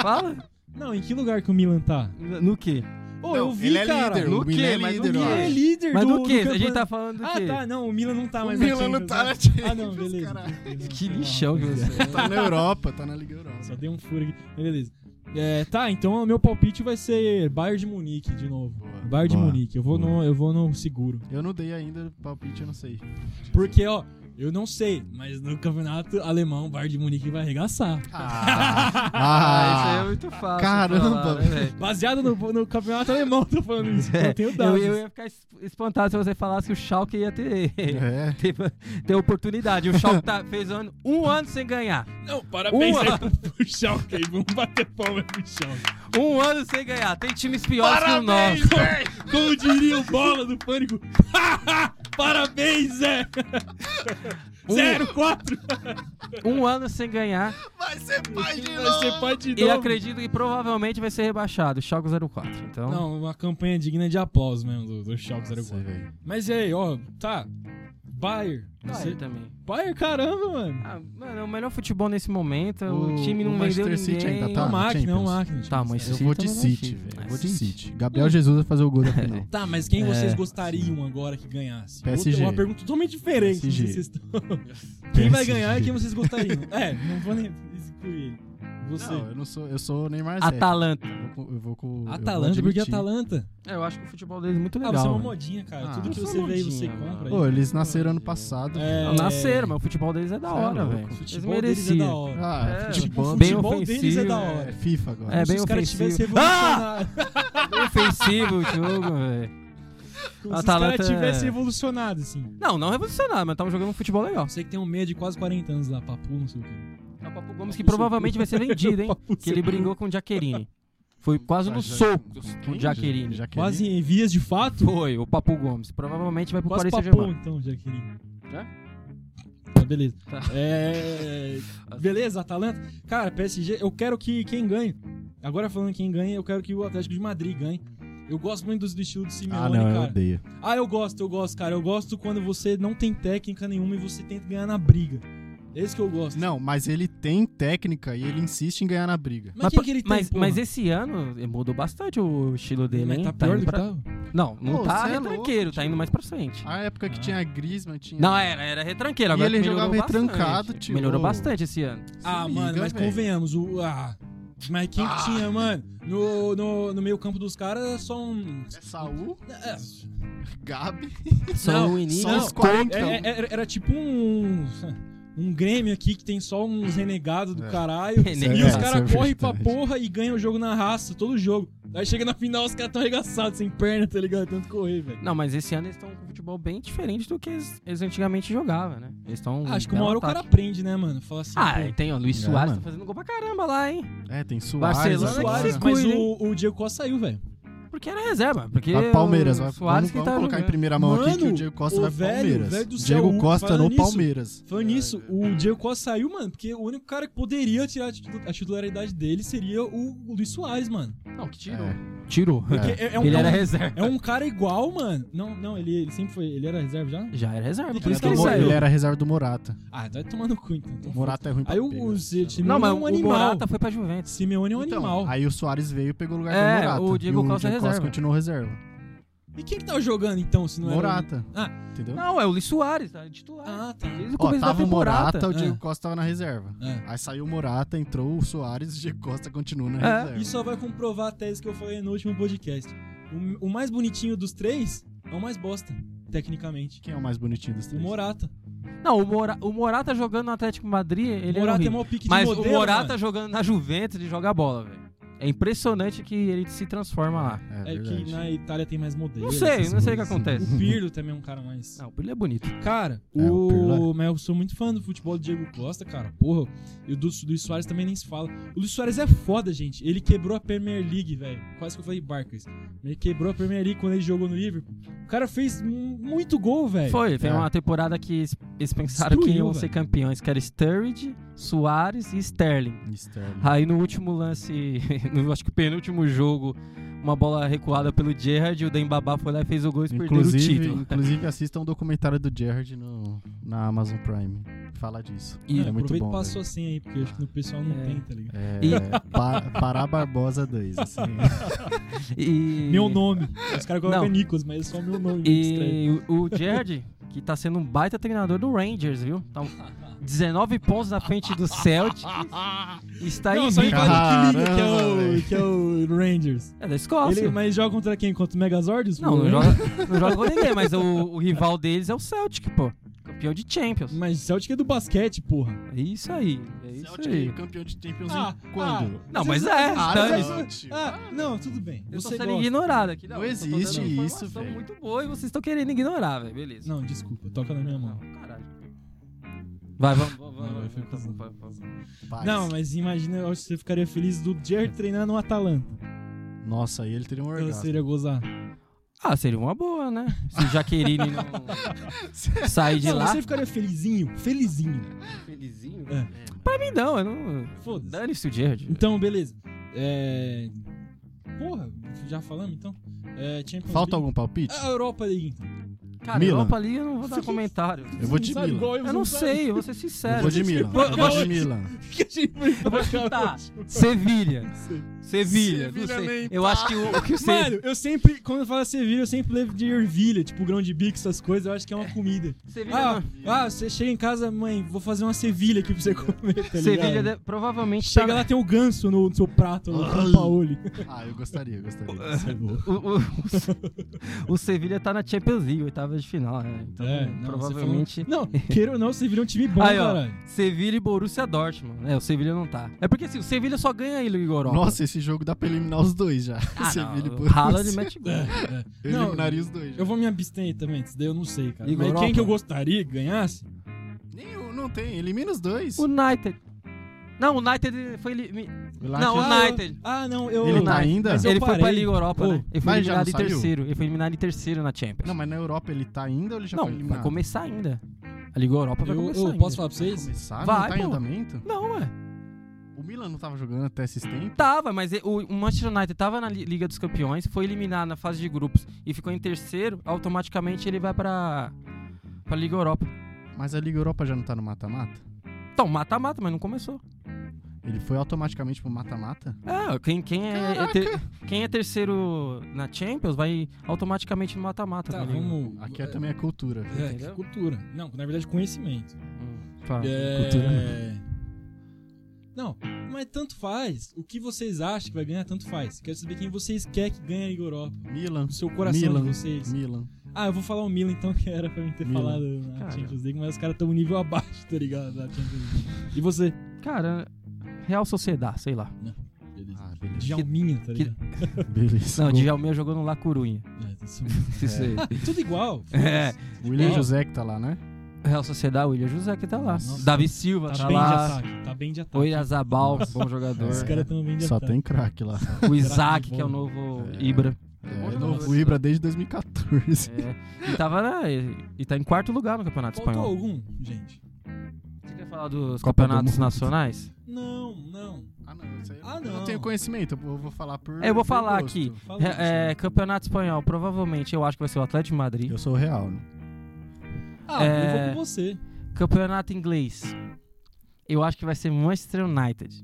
[SPEAKER 8] Fala?
[SPEAKER 6] Não, em que lugar que o Milan tá?
[SPEAKER 8] No quê?
[SPEAKER 6] Ô, eu
[SPEAKER 7] Não,
[SPEAKER 6] vi,
[SPEAKER 7] ele é
[SPEAKER 6] cara.
[SPEAKER 7] líder,
[SPEAKER 8] no
[SPEAKER 7] o Milan
[SPEAKER 8] quê?
[SPEAKER 7] é
[SPEAKER 8] Mas no
[SPEAKER 7] líder, eu
[SPEAKER 6] Ele
[SPEAKER 8] quê?
[SPEAKER 6] é
[SPEAKER 7] acho.
[SPEAKER 6] líder
[SPEAKER 8] Mas
[SPEAKER 6] do,
[SPEAKER 8] no quê?
[SPEAKER 6] do
[SPEAKER 8] A gente tá
[SPEAKER 6] campeonato.
[SPEAKER 8] falando do
[SPEAKER 6] Ah,
[SPEAKER 8] quê?
[SPEAKER 6] tá, não, o Milan não
[SPEAKER 8] Ah,
[SPEAKER 6] tá
[SPEAKER 7] O
[SPEAKER 8] é
[SPEAKER 6] mais
[SPEAKER 7] Milan
[SPEAKER 6] na
[SPEAKER 7] não tá na
[SPEAKER 6] Champions, né? Ah, não,
[SPEAKER 7] Champions,
[SPEAKER 6] beleza.
[SPEAKER 7] caralho.
[SPEAKER 6] beleza.
[SPEAKER 8] Que
[SPEAKER 6] Foi mal.
[SPEAKER 8] lixão que você é.
[SPEAKER 7] Tá na Europa, tá na Liga Europa.
[SPEAKER 6] Só dei um furo aqui. Beleza. É, tá, então o meu palpite vai ser Bayern de Munique de novo.
[SPEAKER 7] Boa.
[SPEAKER 6] Bayern de
[SPEAKER 7] Boa.
[SPEAKER 6] Munique. Eu vou, no, eu vou no seguro.
[SPEAKER 7] Eu não dei ainda palpite, eu não sei.
[SPEAKER 6] Porque, ó, eu não sei, mas no campeonato alemão, o Bayern de Munique vai arregaçar.
[SPEAKER 7] Ah,
[SPEAKER 8] Ah, isso aí é muito fácil.
[SPEAKER 7] caramba,
[SPEAKER 8] falar, né, velho?
[SPEAKER 6] Baseado no, no campeonato alemão, tô falando isso. porque Eu tenho
[SPEAKER 8] Eu,
[SPEAKER 6] dados.
[SPEAKER 8] eu ia ficar es- espantado se você falasse que o Schalke ia ter,
[SPEAKER 7] É.
[SPEAKER 8] ter, ter oportunidade. O Schalke tá, fez ano- um ano sem ganhar.
[SPEAKER 6] Não, parabéns
[SPEAKER 8] Uma.
[SPEAKER 6] aí pro, pro Schalke. aí, Vamos bater palma pro Schalke.
[SPEAKER 8] Um ano sem ganhar. Tem times piores que o
[SPEAKER 6] Parabéns,
[SPEAKER 8] nosso.
[SPEAKER 6] Como diria o Bola do Pânico. parabéns, Zé.
[SPEAKER 8] Um-
[SPEAKER 6] 0-4.
[SPEAKER 8] Um ano sem ganhar.
[SPEAKER 7] Vai ser pai de
[SPEAKER 6] Vai ser pai de
[SPEAKER 8] E
[SPEAKER 6] novo.
[SPEAKER 8] acredito que provavelmente vai ser rebaixado. Schalke 04. Então,
[SPEAKER 6] Não, uma campanha digna de aplausos mesmo do, do Schalke 04. Mas e aí, ó, tá. Bayer.
[SPEAKER 8] vai também.
[SPEAKER 6] Bayer, caramba, mano.
[SPEAKER 8] Ah, mano, é o melhor futebol nesse momento. O,
[SPEAKER 7] O-
[SPEAKER 8] time não
[SPEAKER 7] o Manchester
[SPEAKER 8] vendeu ninguém.
[SPEAKER 7] City ainda
[SPEAKER 6] É
[SPEAKER 8] Ah,
[SPEAKER 7] tá?
[SPEAKER 6] uma máquina, é uma
[SPEAKER 7] Champions.
[SPEAKER 6] máquina.
[SPEAKER 8] Tá,
[SPEAKER 6] Champions,
[SPEAKER 8] mas
[SPEAKER 6] né?
[SPEAKER 7] Eu
[SPEAKER 8] City
[SPEAKER 7] vou de
[SPEAKER 8] também não
[SPEAKER 7] City,
[SPEAKER 8] achei.
[SPEAKER 7] velho.
[SPEAKER 8] Ah,
[SPEAKER 7] Eu vou de
[SPEAKER 8] City.
[SPEAKER 7] City. Gabriel Jesus vai fazer o gol da final.
[SPEAKER 6] Tá, mas quem
[SPEAKER 8] É,
[SPEAKER 6] vocês gostariam agora que ganhasse?
[SPEAKER 7] PSG.
[SPEAKER 6] Outra- Uma pergunta totalmente diferente. não sei se
[SPEAKER 7] PSG.
[SPEAKER 6] vocês estão- Quem vai
[SPEAKER 7] PSG.
[SPEAKER 6] ganhar e quem vocês gostariam? é, não vou nem excluir ele. Você.
[SPEAKER 7] Não, eu não sou, eu sou Neymar Zé.
[SPEAKER 8] Atalanta.
[SPEAKER 7] Eu vou com- eu vou com eu
[SPEAKER 6] Atalanta,
[SPEAKER 7] vou
[SPEAKER 6] porque
[SPEAKER 7] admitir.
[SPEAKER 6] Atalanta.
[SPEAKER 8] É, eu acho que o futebol deles é muito
[SPEAKER 6] Ah,
[SPEAKER 8] legal.
[SPEAKER 6] você é uma
[SPEAKER 8] mano.
[SPEAKER 6] modinha, cara.
[SPEAKER 7] Ah,
[SPEAKER 6] Tudo
[SPEAKER 7] eu
[SPEAKER 6] que
[SPEAKER 8] sou
[SPEAKER 6] você vê, você
[SPEAKER 8] modinha,
[SPEAKER 6] compra.
[SPEAKER 8] mano.
[SPEAKER 6] aí.
[SPEAKER 7] Pô, eles nasceram ano passado.
[SPEAKER 6] É,
[SPEAKER 8] Não, um Nasceram, mas o futebol deles é da
[SPEAKER 7] Cê é
[SPEAKER 8] hora,
[SPEAKER 7] louco.
[SPEAKER 8] velho.
[SPEAKER 6] O
[SPEAKER 8] Eles
[SPEAKER 6] futebol deles é Tipo,
[SPEAKER 8] mereciam.
[SPEAKER 6] da hora.
[SPEAKER 7] Ah,
[SPEAKER 8] É,
[SPEAKER 7] futebol,
[SPEAKER 6] o
[SPEAKER 8] bem
[SPEAKER 6] futebol deles é
[SPEAKER 8] ofensivo,
[SPEAKER 6] da
[SPEAKER 7] é
[SPEAKER 6] hora.
[SPEAKER 7] FIFA agora.
[SPEAKER 8] É,
[SPEAKER 6] Se
[SPEAKER 8] bem
[SPEAKER 6] os caras
[SPEAKER 8] ofensivo.
[SPEAKER 6] tivessem
[SPEAKER 8] Ah!
[SPEAKER 6] evolucionado.
[SPEAKER 8] ofensivo o jogo, velho.
[SPEAKER 6] Como se os
[SPEAKER 8] Atalanta
[SPEAKER 6] caras tivessem
[SPEAKER 8] é-
[SPEAKER 6] evolucionado, assim.
[SPEAKER 8] Não, não revolucionário, mas tava jogando um futebol legal.
[SPEAKER 6] Você que tem um meia de quase 40 anos lá, papo, não sei o quê.
[SPEAKER 8] É o Papu Gomes que
[SPEAKER 6] Papu
[SPEAKER 8] provavelmente vai ser vendido, hein?
[SPEAKER 6] Papu
[SPEAKER 8] Que ele brigou com o Jaquerini. Foi quase
[SPEAKER 7] Ah,
[SPEAKER 8] nos
[SPEAKER 7] já-
[SPEAKER 8] socos com o
[SPEAKER 7] Quem?
[SPEAKER 8] Jaquerini.
[SPEAKER 6] Quase em vias de fato?
[SPEAKER 8] Foi, o Papu Gomes. Provavelmente vai pro
[SPEAKER 6] Quase
[SPEAKER 8] Paris
[SPEAKER 6] papou,
[SPEAKER 8] Saint-Germain.
[SPEAKER 6] então, já queria.
[SPEAKER 8] Já?
[SPEAKER 6] Tá, beleza.
[SPEAKER 8] Tá.
[SPEAKER 6] É... Beleza, Atalanta. Cara, PSG, eu quero que quem ganhe. Agora falando quem ganha, eu quero que o Atlético de Madrid ganhe. Eu gosto muito do, do estilo do
[SPEAKER 7] Ah,
[SPEAKER 6] Simeone,
[SPEAKER 7] não, eu
[SPEAKER 6] cara.
[SPEAKER 7] odeio.
[SPEAKER 6] ah, eu gosto, eu gosto, cara. Eu gosto quando você não tem técnica nenhuma e você tenta ganhar na briga. Esse que eu gosto.
[SPEAKER 7] Não, mas ele tem técnica e ele insiste em ganhar na briga.
[SPEAKER 6] Mas, quem
[SPEAKER 8] pa-
[SPEAKER 6] que ele tem,
[SPEAKER 8] mas,
[SPEAKER 6] porra?
[SPEAKER 8] mas esse ano mudou bastante o estilo dele,
[SPEAKER 6] Mas
[SPEAKER 8] hein?
[SPEAKER 6] tá pior
[SPEAKER 8] indo
[SPEAKER 6] do que
[SPEAKER 8] pra-
[SPEAKER 6] tava?
[SPEAKER 8] Não, não
[SPEAKER 7] Pô,
[SPEAKER 8] tá
[SPEAKER 7] cê é louco,
[SPEAKER 8] retranqueiro, tá indo mais pra frente.
[SPEAKER 7] A época que
[SPEAKER 6] Ah.
[SPEAKER 7] tinha a Griezmann, tinha...
[SPEAKER 8] Não, era, era retranqueiro.
[SPEAKER 7] E
[SPEAKER 8] Agora
[SPEAKER 7] ele
[SPEAKER 8] melhorou
[SPEAKER 7] jogava
[SPEAKER 8] bastante.
[SPEAKER 7] retrancado, tio.
[SPEAKER 8] Melhorou bastante esse ano.
[SPEAKER 6] Ah,
[SPEAKER 7] Se
[SPEAKER 6] mano,
[SPEAKER 7] liga,
[SPEAKER 6] mas
[SPEAKER 7] velho.
[SPEAKER 6] convenhamos, o. Ah, mas quem que tinha, mano? No, no, no meio campo dos caras é só um.
[SPEAKER 7] É Saul,
[SPEAKER 6] é,
[SPEAKER 7] Gabi...
[SPEAKER 8] Ah, Só
[SPEAKER 6] Não,
[SPEAKER 8] o início.
[SPEAKER 7] só os
[SPEAKER 6] Não,
[SPEAKER 7] quatro.
[SPEAKER 6] é- é- era, era tipo um. Um Grêmio aqui que tem só uns renegados do
[SPEAKER 7] É.
[SPEAKER 6] caralho. E
[SPEAKER 8] Renegado.
[SPEAKER 6] os
[SPEAKER 7] É, isso é
[SPEAKER 6] caras correm pra
[SPEAKER 7] verdade.
[SPEAKER 6] porra e ganham o jogo na raça, todo jogo. Aí chega na final, os caras tão arregaçados, sem perna, tá ligado? Tanto correr, velho.
[SPEAKER 8] Não, mas esse ano eles estão com um futebol bem diferente do que eles, eles antigamente jogavam, né? Eles estão.
[SPEAKER 6] Ah, acho que uma hora o cara aprende, né, mano? Fala assim,
[SPEAKER 8] Ah,
[SPEAKER 6] pô,
[SPEAKER 8] e tem, ó, Luiz
[SPEAKER 7] É,
[SPEAKER 8] Soares
[SPEAKER 7] mano.
[SPEAKER 8] tá fazendo gol pra caramba lá, hein?
[SPEAKER 7] É, tem Suárez.
[SPEAKER 8] Barcelona
[SPEAKER 7] né?
[SPEAKER 8] que
[SPEAKER 6] Suárez,
[SPEAKER 8] se
[SPEAKER 6] mas
[SPEAKER 8] cuida,
[SPEAKER 6] o, o Diego Costa saiu, velho.
[SPEAKER 8] Porque era reserva. Porque
[SPEAKER 7] Tá Palmeiras,
[SPEAKER 8] o
[SPEAKER 7] vai. Vamos,
[SPEAKER 8] Soares que
[SPEAKER 7] vamos
[SPEAKER 8] tá
[SPEAKER 7] colocar em
[SPEAKER 8] jogando.
[SPEAKER 7] primeira mão aqui que
[SPEAKER 6] Mano,
[SPEAKER 7] o Diego Costa
[SPEAKER 6] o
[SPEAKER 7] vai pro
[SPEAKER 6] velho-
[SPEAKER 7] Palmeiras.
[SPEAKER 6] velho do céu,
[SPEAKER 7] Diego
[SPEAKER 6] o-
[SPEAKER 7] Costa
[SPEAKER 6] falando
[SPEAKER 7] no
[SPEAKER 6] nisso-
[SPEAKER 7] Palmeiras.
[SPEAKER 6] Falando nisso, o Diego Costa saiu, mano, porque o único cara que poderia tirar a titu- a titularidade dele seria o, o Luiz Soares, mano.
[SPEAKER 8] Não, que tirou.
[SPEAKER 7] É.
[SPEAKER 8] Tirou.
[SPEAKER 6] Porque é, é um,
[SPEAKER 8] Ele era
[SPEAKER 6] é um-
[SPEAKER 8] reserva.
[SPEAKER 6] é um cara igual, mano. Não, não, ele, ele sempre foi. Ele era reserva já?
[SPEAKER 8] Já era reserva. Por
[SPEAKER 6] Ele
[SPEAKER 8] isso que
[SPEAKER 6] era do
[SPEAKER 8] ele
[SPEAKER 6] Mo-
[SPEAKER 8] saiu.
[SPEAKER 7] Ele era reserva do Morata.
[SPEAKER 6] Ah, vai tomando cu, então.
[SPEAKER 7] O Morata é ruim pra
[SPEAKER 6] Aí o,
[SPEAKER 7] pega.
[SPEAKER 6] o Simeone
[SPEAKER 8] Não, mas
[SPEAKER 6] é
[SPEAKER 8] o
[SPEAKER 6] um
[SPEAKER 8] o
[SPEAKER 6] animal.
[SPEAKER 8] Morata foi pra Juventus.
[SPEAKER 6] Simeone é um
[SPEAKER 7] Então,
[SPEAKER 6] animal.
[SPEAKER 7] Aí o Soares veio e pegou o lugar
[SPEAKER 8] É,
[SPEAKER 7] do Morata.
[SPEAKER 8] o Diego
[SPEAKER 7] e o
[SPEAKER 8] Costa é
[SPEAKER 7] Diego Costa
[SPEAKER 8] reserva.
[SPEAKER 7] continuou reserva.
[SPEAKER 6] E quem que tava jogando, então, se não
[SPEAKER 7] Morata.
[SPEAKER 6] Ah.
[SPEAKER 7] entendeu?
[SPEAKER 8] Não, é o Luiz Soares, tá? Titular.
[SPEAKER 6] era... Ah, tá.
[SPEAKER 8] Desde o
[SPEAKER 7] Ó,
[SPEAKER 8] começo
[SPEAKER 7] tava
[SPEAKER 8] da
[SPEAKER 7] o
[SPEAKER 8] temporada.
[SPEAKER 7] Morata, o
[SPEAKER 6] É.
[SPEAKER 7] Diego Costa tava na reserva.
[SPEAKER 6] É.
[SPEAKER 7] Aí saiu o Morata, entrou o Soares, o Diego Costa continua na
[SPEAKER 8] É.
[SPEAKER 7] reserva.
[SPEAKER 6] Isso só vai comprovar a tese que eu falei no último podcast. O, o mais bonitinho dos três é o mais bosta, tecnicamente.
[SPEAKER 7] Quem é o mais bonitinho dos
[SPEAKER 6] O
[SPEAKER 7] três?
[SPEAKER 6] Morata.
[SPEAKER 8] Não, o, Mora- o Morata jogando no Atlético de Madrid, ele
[SPEAKER 6] o Morata
[SPEAKER 8] é
[SPEAKER 6] é
[SPEAKER 8] horrível.
[SPEAKER 6] mó pique de
[SPEAKER 8] Mas
[SPEAKER 6] modelo, né?
[SPEAKER 8] o Morata
[SPEAKER 6] mano.
[SPEAKER 8] jogando na Juventus, ele joga bola, velho. É impressionante que ele se transforma lá.
[SPEAKER 7] É,
[SPEAKER 6] É
[SPEAKER 7] verdade.
[SPEAKER 6] que na Itália tem mais modelo.
[SPEAKER 8] Não sei,
[SPEAKER 6] essas
[SPEAKER 8] não sei o que
[SPEAKER 6] coisas.
[SPEAKER 8] acontece.
[SPEAKER 6] O Pirlo também é um cara mais...
[SPEAKER 8] Não, o Pirlo é bonito.
[SPEAKER 6] Cara,
[SPEAKER 7] É, o
[SPEAKER 6] o...
[SPEAKER 7] Pirlo
[SPEAKER 6] mas eu sou muito fã do futebol do Diego Costa, cara. Porra. E o do do Luiz Soares também nem se fala. O Luiz Soares é foda, gente. Ele quebrou a Premier League, velho. Quase que eu falei Barclays. Ele quebrou a Premier League quando ele jogou no Liverpool. O cara fez mu- muito gol, velho.
[SPEAKER 8] Foi, foi
[SPEAKER 7] É.
[SPEAKER 8] uma temporada que eles- eles pensaram que
[SPEAKER 6] Destruiu,
[SPEAKER 8] iam ser
[SPEAKER 6] velho.
[SPEAKER 8] campeões, que era Sturridge, Soares e Sterling.
[SPEAKER 7] Sterling.
[SPEAKER 8] Aí no último lance, no, acho que penúltimo jogo, uma bola recuada pelo Gerrard, o Dembabá foi lá e fez o gol e perderam o
[SPEAKER 7] Inclusive,
[SPEAKER 8] título.
[SPEAKER 7] inclusive assista um documentário do Gerard no, na Amazon Prime. Fala disso.
[SPEAKER 8] E-
[SPEAKER 7] é muito
[SPEAKER 6] aproveita
[SPEAKER 7] bom.
[SPEAKER 6] e passa a senha aí, porque eu acho que o pessoal não
[SPEAKER 8] É.
[SPEAKER 6] tem, tá ligado?
[SPEAKER 7] velho. É,
[SPEAKER 8] E-
[SPEAKER 7] é, Pa- Pará Barbosa 2, assim.
[SPEAKER 8] E-
[SPEAKER 6] Meu nome. Os caras colocam
[SPEAKER 8] Não.
[SPEAKER 6] Nicolas, mas é só meu nome. muito estranho.
[SPEAKER 8] E o, o Gerrard, que tá sendo um baita treinador do Rangers, viu? Tá um- 19 pontos na frente do Celtic. Está
[SPEAKER 6] não,
[SPEAKER 8] em
[SPEAKER 6] só
[SPEAKER 8] invicto.
[SPEAKER 6] invade que liga, que é
[SPEAKER 7] Caramba,
[SPEAKER 6] o,
[SPEAKER 7] velho.
[SPEAKER 6] que é o Rangers.
[SPEAKER 8] É da Escócia.
[SPEAKER 6] Ele, um, mas joga contra quem? Contra o Megazords?
[SPEAKER 8] Não,
[SPEAKER 6] Pô,
[SPEAKER 8] não joga, não joga com ninguém, mas o, o rival deles é o Celtic, pô. Campeão de Champions.
[SPEAKER 6] Mas Celtic é do basquete, porra.
[SPEAKER 8] É isso aí. É isso aí.
[SPEAKER 7] campeão de Champions
[SPEAKER 6] Ah,
[SPEAKER 7] League quando?
[SPEAKER 8] Não, mas é.
[SPEAKER 7] Ah, mas-
[SPEAKER 8] dane-se.
[SPEAKER 6] Ah, ah, não, tudo bem.
[SPEAKER 8] eu tô
[SPEAKER 6] Você
[SPEAKER 8] sendo
[SPEAKER 6] gosta.
[SPEAKER 8] ignorado aqui. Não,
[SPEAKER 7] Não
[SPEAKER 8] eu tô dando
[SPEAKER 7] existe
[SPEAKER 8] uma
[SPEAKER 7] isso,
[SPEAKER 8] informação
[SPEAKER 7] velho.
[SPEAKER 8] muito boa e vocês estão querendo ignorar, velho. Beleza.
[SPEAKER 6] Não, desculpa, toca na minha mão.
[SPEAKER 8] Não, caralho. Vai, vamos, vamos,
[SPEAKER 6] Não, eu
[SPEAKER 8] vamos.
[SPEAKER 6] fico
[SPEAKER 8] vamos,
[SPEAKER 6] assim.
[SPEAKER 8] vamos, vamos, vamos.
[SPEAKER 7] Paz.
[SPEAKER 6] Não, mas imagina, eu acho que você ficaria feliz do Jair treinar no Atalanta.
[SPEAKER 7] Nossa, aí ele teria um
[SPEAKER 6] Eu
[SPEAKER 7] orgasmo.
[SPEAKER 6] seria gozar.
[SPEAKER 8] Ah, seria uma boa, né? Se o Jaqueline não sair de
[SPEAKER 6] Não,
[SPEAKER 8] lá.
[SPEAKER 6] você ficaria felizinho, felizinho.
[SPEAKER 8] Felizinho.
[SPEAKER 6] É.
[SPEAKER 8] Pra mim não, eu não...
[SPEAKER 6] Foda-se.
[SPEAKER 8] Dane-se o Jared.
[SPEAKER 6] Então, beleza. É... Porra, já falamos então? É, Champions
[SPEAKER 7] Falta
[SPEAKER 6] League.
[SPEAKER 7] algum palpite?
[SPEAKER 6] A Europa League, então.
[SPEAKER 8] Cara,
[SPEAKER 7] Milan.
[SPEAKER 8] Europa ali eu não vou dar comentário.
[SPEAKER 7] Eu vou de
[SPEAKER 6] Sabe, é
[SPEAKER 7] Milan.
[SPEAKER 6] igual
[SPEAKER 8] Eu não
[SPEAKER 6] sabe.
[SPEAKER 8] sei, eu vou ser
[SPEAKER 7] Eu
[SPEAKER 8] sincero.
[SPEAKER 7] vou de Milan.
[SPEAKER 8] Vou-
[SPEAKER 7] Eu
[SPEAKER 8] vou-
[SPEAKER 7] vou de Milan.
[SPEAKER 6] Que a gente vai
[SPEAKER 8] Eu vou
[SPEAKER 6] falar
[SPEAKER 8] chutar.
[SPEAKER 6] hoje.
[SPEAKER 8] Sevilha. Sevilha, não
[SPEAKER 7] Sevilha
[SPEAKER 8] sei.
[SPEAKER 7] nem
[SPEAKER 8] Eu
[SPEAKER 7] tá.
[SPEAKER 8] acho que o que o Se-
[SPEAKER 6] Mano, eu sempre, quando eu falo Sevilha, eu sempre levo de ervilha, tipo grão de bico, essas coisas, eu acho que é uma comida.
[SPEAKER 8] Sevilha,
[SPEAKER 6] Ah,
[SPEAKER 8] não-
[SPEAKER 6] ah, você chega em casa, mãe, vou fazer uma Sevilha aqui pra você comer, tá ligado?
[SPEAKER 8] Sevilha de- provavelmente tá-
[SPEAKER 6] Chega lá, tem o ganso no seu prato, no
[SPEAKER 7] Ai. é
[SPEAKER 6] Paoli.
[SPEAKER 7] Ah, eu gostaria, eu gostaria.
[SPEAKER 8] O, o- o Sevilha tá na Champions League, oitava de final, né? Então,
[SPEAKER 6] É, não,
[SPEAKER 8] provavelmente.
[SPEAKER 6] você falou- Não, queira ou não, você vira um time bom,
[SPEAKER 8] Aí,
[SPEAKER 6] caralho.
[SPEAKER 8] ó, Sevilha e Borussia Dortmund. É, o Sevilha não tá. É porque assim, o Sevilha só ganha ele, Europa.
[SPEAKER 7] Nossa, esse jogo dá pra eliminar os dois já.
[SPEAKER 8] ah,
[SPEAKER 7] Sevilha e
[SPEAKER 8] não,
[SPEAKER 7] Borussia.
[SPEAKER 8] Haaland mete gol.
[SPEAKER 6] É, é.
[SPEAKER 7] Eu
[SPEAKER 6] Não,
[SPEAKER 7] eliminaria os dois. já.
[SPEAKER 6] Eu vou me abster também, isso daí eu não sei, cara.
[SPEAKER 8] Liga
[SPEAKER 6] Mas
[SPEAKER 8] Europa.
[SPEAKER 6] quem que eu gostaria que ganhasse?
[SPEAKER 7] Nenhum, não tem. Elimina os dois.
[SPEAKER 8] United. Não, o United foi. elimi-
[SPEAKER 7] Eu acho
[SPEAKER 8] Não,
[SPEAKER 7] que-
[SPEAKER 8] o United.
[SPEAKER 6] Ah, não, eu...
[SPEAKER 7] Ele tá
[SPEAKER 6] Mas
[SPEAKER 7] ainda?
[SPEAKER 6] eu
[SPEAKER 8] Ele foi pra
[SPEAKER 6] parei.
[SPEAKER 8] Liga Europa,
[SPEAKER 6] Pô,
[SPEAKER 8] né? Ele foi
[SPEAKER 7] mas já não
[SPEAKER 8] eliminado em
[SPEAKER 7] saiu?
[SPEAKER 8] terceiro. Ele foi eliminado em terceiro na Champions.
[SPEAKER 7] Não, mas na Europa ele tá ainda ou ele já
[SPEAKER 8] Não,
[SPEAKER 7] foi
[SPEAKER 8] vai
[SPEAKER 7] eliminado?
[SPEAKER 8] começar ainda. A Liga Europa vai
[SPEAKER 6] Eu,
[SPEAKER 8] começar.
[SPEAKER 6] eu
[SPEAKER 8] ainda.
[SPEAKER 6] posso falar pra vocês?
[SPEAKER 7] Começar?
[SPEAKER 8] Vai,
[SPEAKER 7] não tá em
[SPEAKER 8] pô.
[SPEAKER 7] andamento?
[SPEAKER 8] Não, ué.
[SPEAKER 7] O Milan não tava jogando até esses tempos?
[SPEAKER 8] Tava, mas e- o o Manchester United tava na Li- Liga dos Campeões, foi eliminado na fase de grupos e ficou em terceiro, automaticamente ele vai pra, pra Liga Europa.
[SPEAKER 7] Mas a Liga Europa já não tá no mata-mata?
[SPEAKER 8] Então, mata-mata, mas não começou.
[SPEAKER 7] Ele foi automaticamente pro mata-mata?
[SPEAKER 8] É, quem, quem, é, é ter- quem é terceiro na Champions vai automaticamente no mata-mata.
[SPEAKER 6] Tá,
[SPEAKER 8] na Liga.
[SPEAKER 6] vamos...
[SPEAKER 7] Aqui é também é cultura.
[SPEAKER 6] É, que
[SPEAKER 8] Entendeu?
[SPEAKER 6] cultura. Não, na verdade, conhecimento.
[SPEAKER 8] Hum, tá.
[SPEAKER 6] É...
[SPEAKER 8] Cultura não.
[SPEAKER 6] Não, mas tanto faz. O que vocês acham que vai ganhar, tanto faz. Quero saber quem vocês querem que ganhe a Liga Europa.
[SPEAKER 7] Milan.
[SPEAKER 6] O seu coração
[SPEAKER 7] Milan.
[SPEAKER 6] de vocês.
[SPEAKER 7] Milan.
[SPEAKER 6] Ah, eu vou falar o Milan então, que era pra mim ter
[SPEAKER 7] Milan.
[SPEAKER 6] falado na
[SPEAKER 8] Cara.
[SPEAKER 6] Champions League, mas os caras estão um nível abaixo, tá ligado? Da Champions League. E você?
[SPEAKER 8] Cara, Real Sociedade, sei lá.
[SPEAKER 6] Beleza.
[SPEAKER 7] Ah, Beleza.
[SPEAKER 6] Djalminha, tá
[SPEAKER 8] que-
[SPEAKER 6] ligado?
[SPEAKER 7] Beleza.
[SPEAKER 8] Não, o Djalminha jogou no La Corunha.
[SPEAKER 6] É, isso-
[SPEAKER 8] Isso aí.
[SPEAKER 6] Tudo igual.
[SPEAKER 8] É,
[SPEAKER 7] William
[SPEAKER 6] Ó.
[SPEAKER 7] José que tá lá, né?
[SPEAKER 8] Real Sociedade, William José que tá lá.
[SPEAKER 6] Nossa.
[SPEAKER 8] Davi Silva
[SPEAKER 6] Tá
[SPEAKER 8] tá,
[SPEAKER 6] bem de
[SPEAKER 8] lá.
[SPEAKER 6] ataque. Tá bem de ataque.
[SPEAKER 8] Oi Azabal, bom jogador.
[SPEAKER 6] Os caras tão bem de
[SPEAKER 7] Só
[SPEAKER 6] ataque.
[SPEAKER 7] tem craque lá.
[SPEAKER 8] O Isaac, que é o novo
[SPEAKER 7] É.
[SPEAKER 8] Ibra.
[SPEAKER 7] É,
[SPEAKER 8] jogador,
[SPEAKER 7] novo
[SPEAKER 8] esse
[SPEAKER 7] Ibra desde 2014.
[SPEAKER 8] É. E, tava, na- e- e tá em quarto lugar no Campeonato
[SPEAKER 6] Faltou
[SPEAKER 8] Espanhol.
[SPEAKER 6] algum, gente?
[SPEAKER 8] Você quer falar dos
[SPEAKER 7] Copa do
[SPEAKER 8] campeonatos
[SPEAKER 7] Mundo.
[SPEAKER 8] nacionais?
[SPEAKER 6] Não, não.
[SPEAKER 7] Ah, não. Isso aí
[SPEAKER 6] Ah,
[SPEAKER 7] eu
[SPEAKER 6] não.
[SPEAKER 7] não tenho conhecimento. Eu vou- vou falar por.
[SPEAKER 8] É, eu vou
[SPEAKER 7] por
[SPEAKER 8] falar
[SPEAKER 7] gosto.
[SPEAKER 8] aqui.
[SPEAKER 6] Fala
[SPEAKER 8] Re-
[SPEAKER 6] isso.
[SPEAKER 8] é, campeonato Espanhol, provavelmente eu acho que vai ser o Atlético de Madrid.
[SPEAKER 7] Eu sou o real, né?
[SPEAKER 6] Ah, eu
[SPEAKER 8] é-
[SPEAKER 6] vou com você.
[SPEAKER 8] Campeonato Inglês, eu acho que vai ser Manchester United.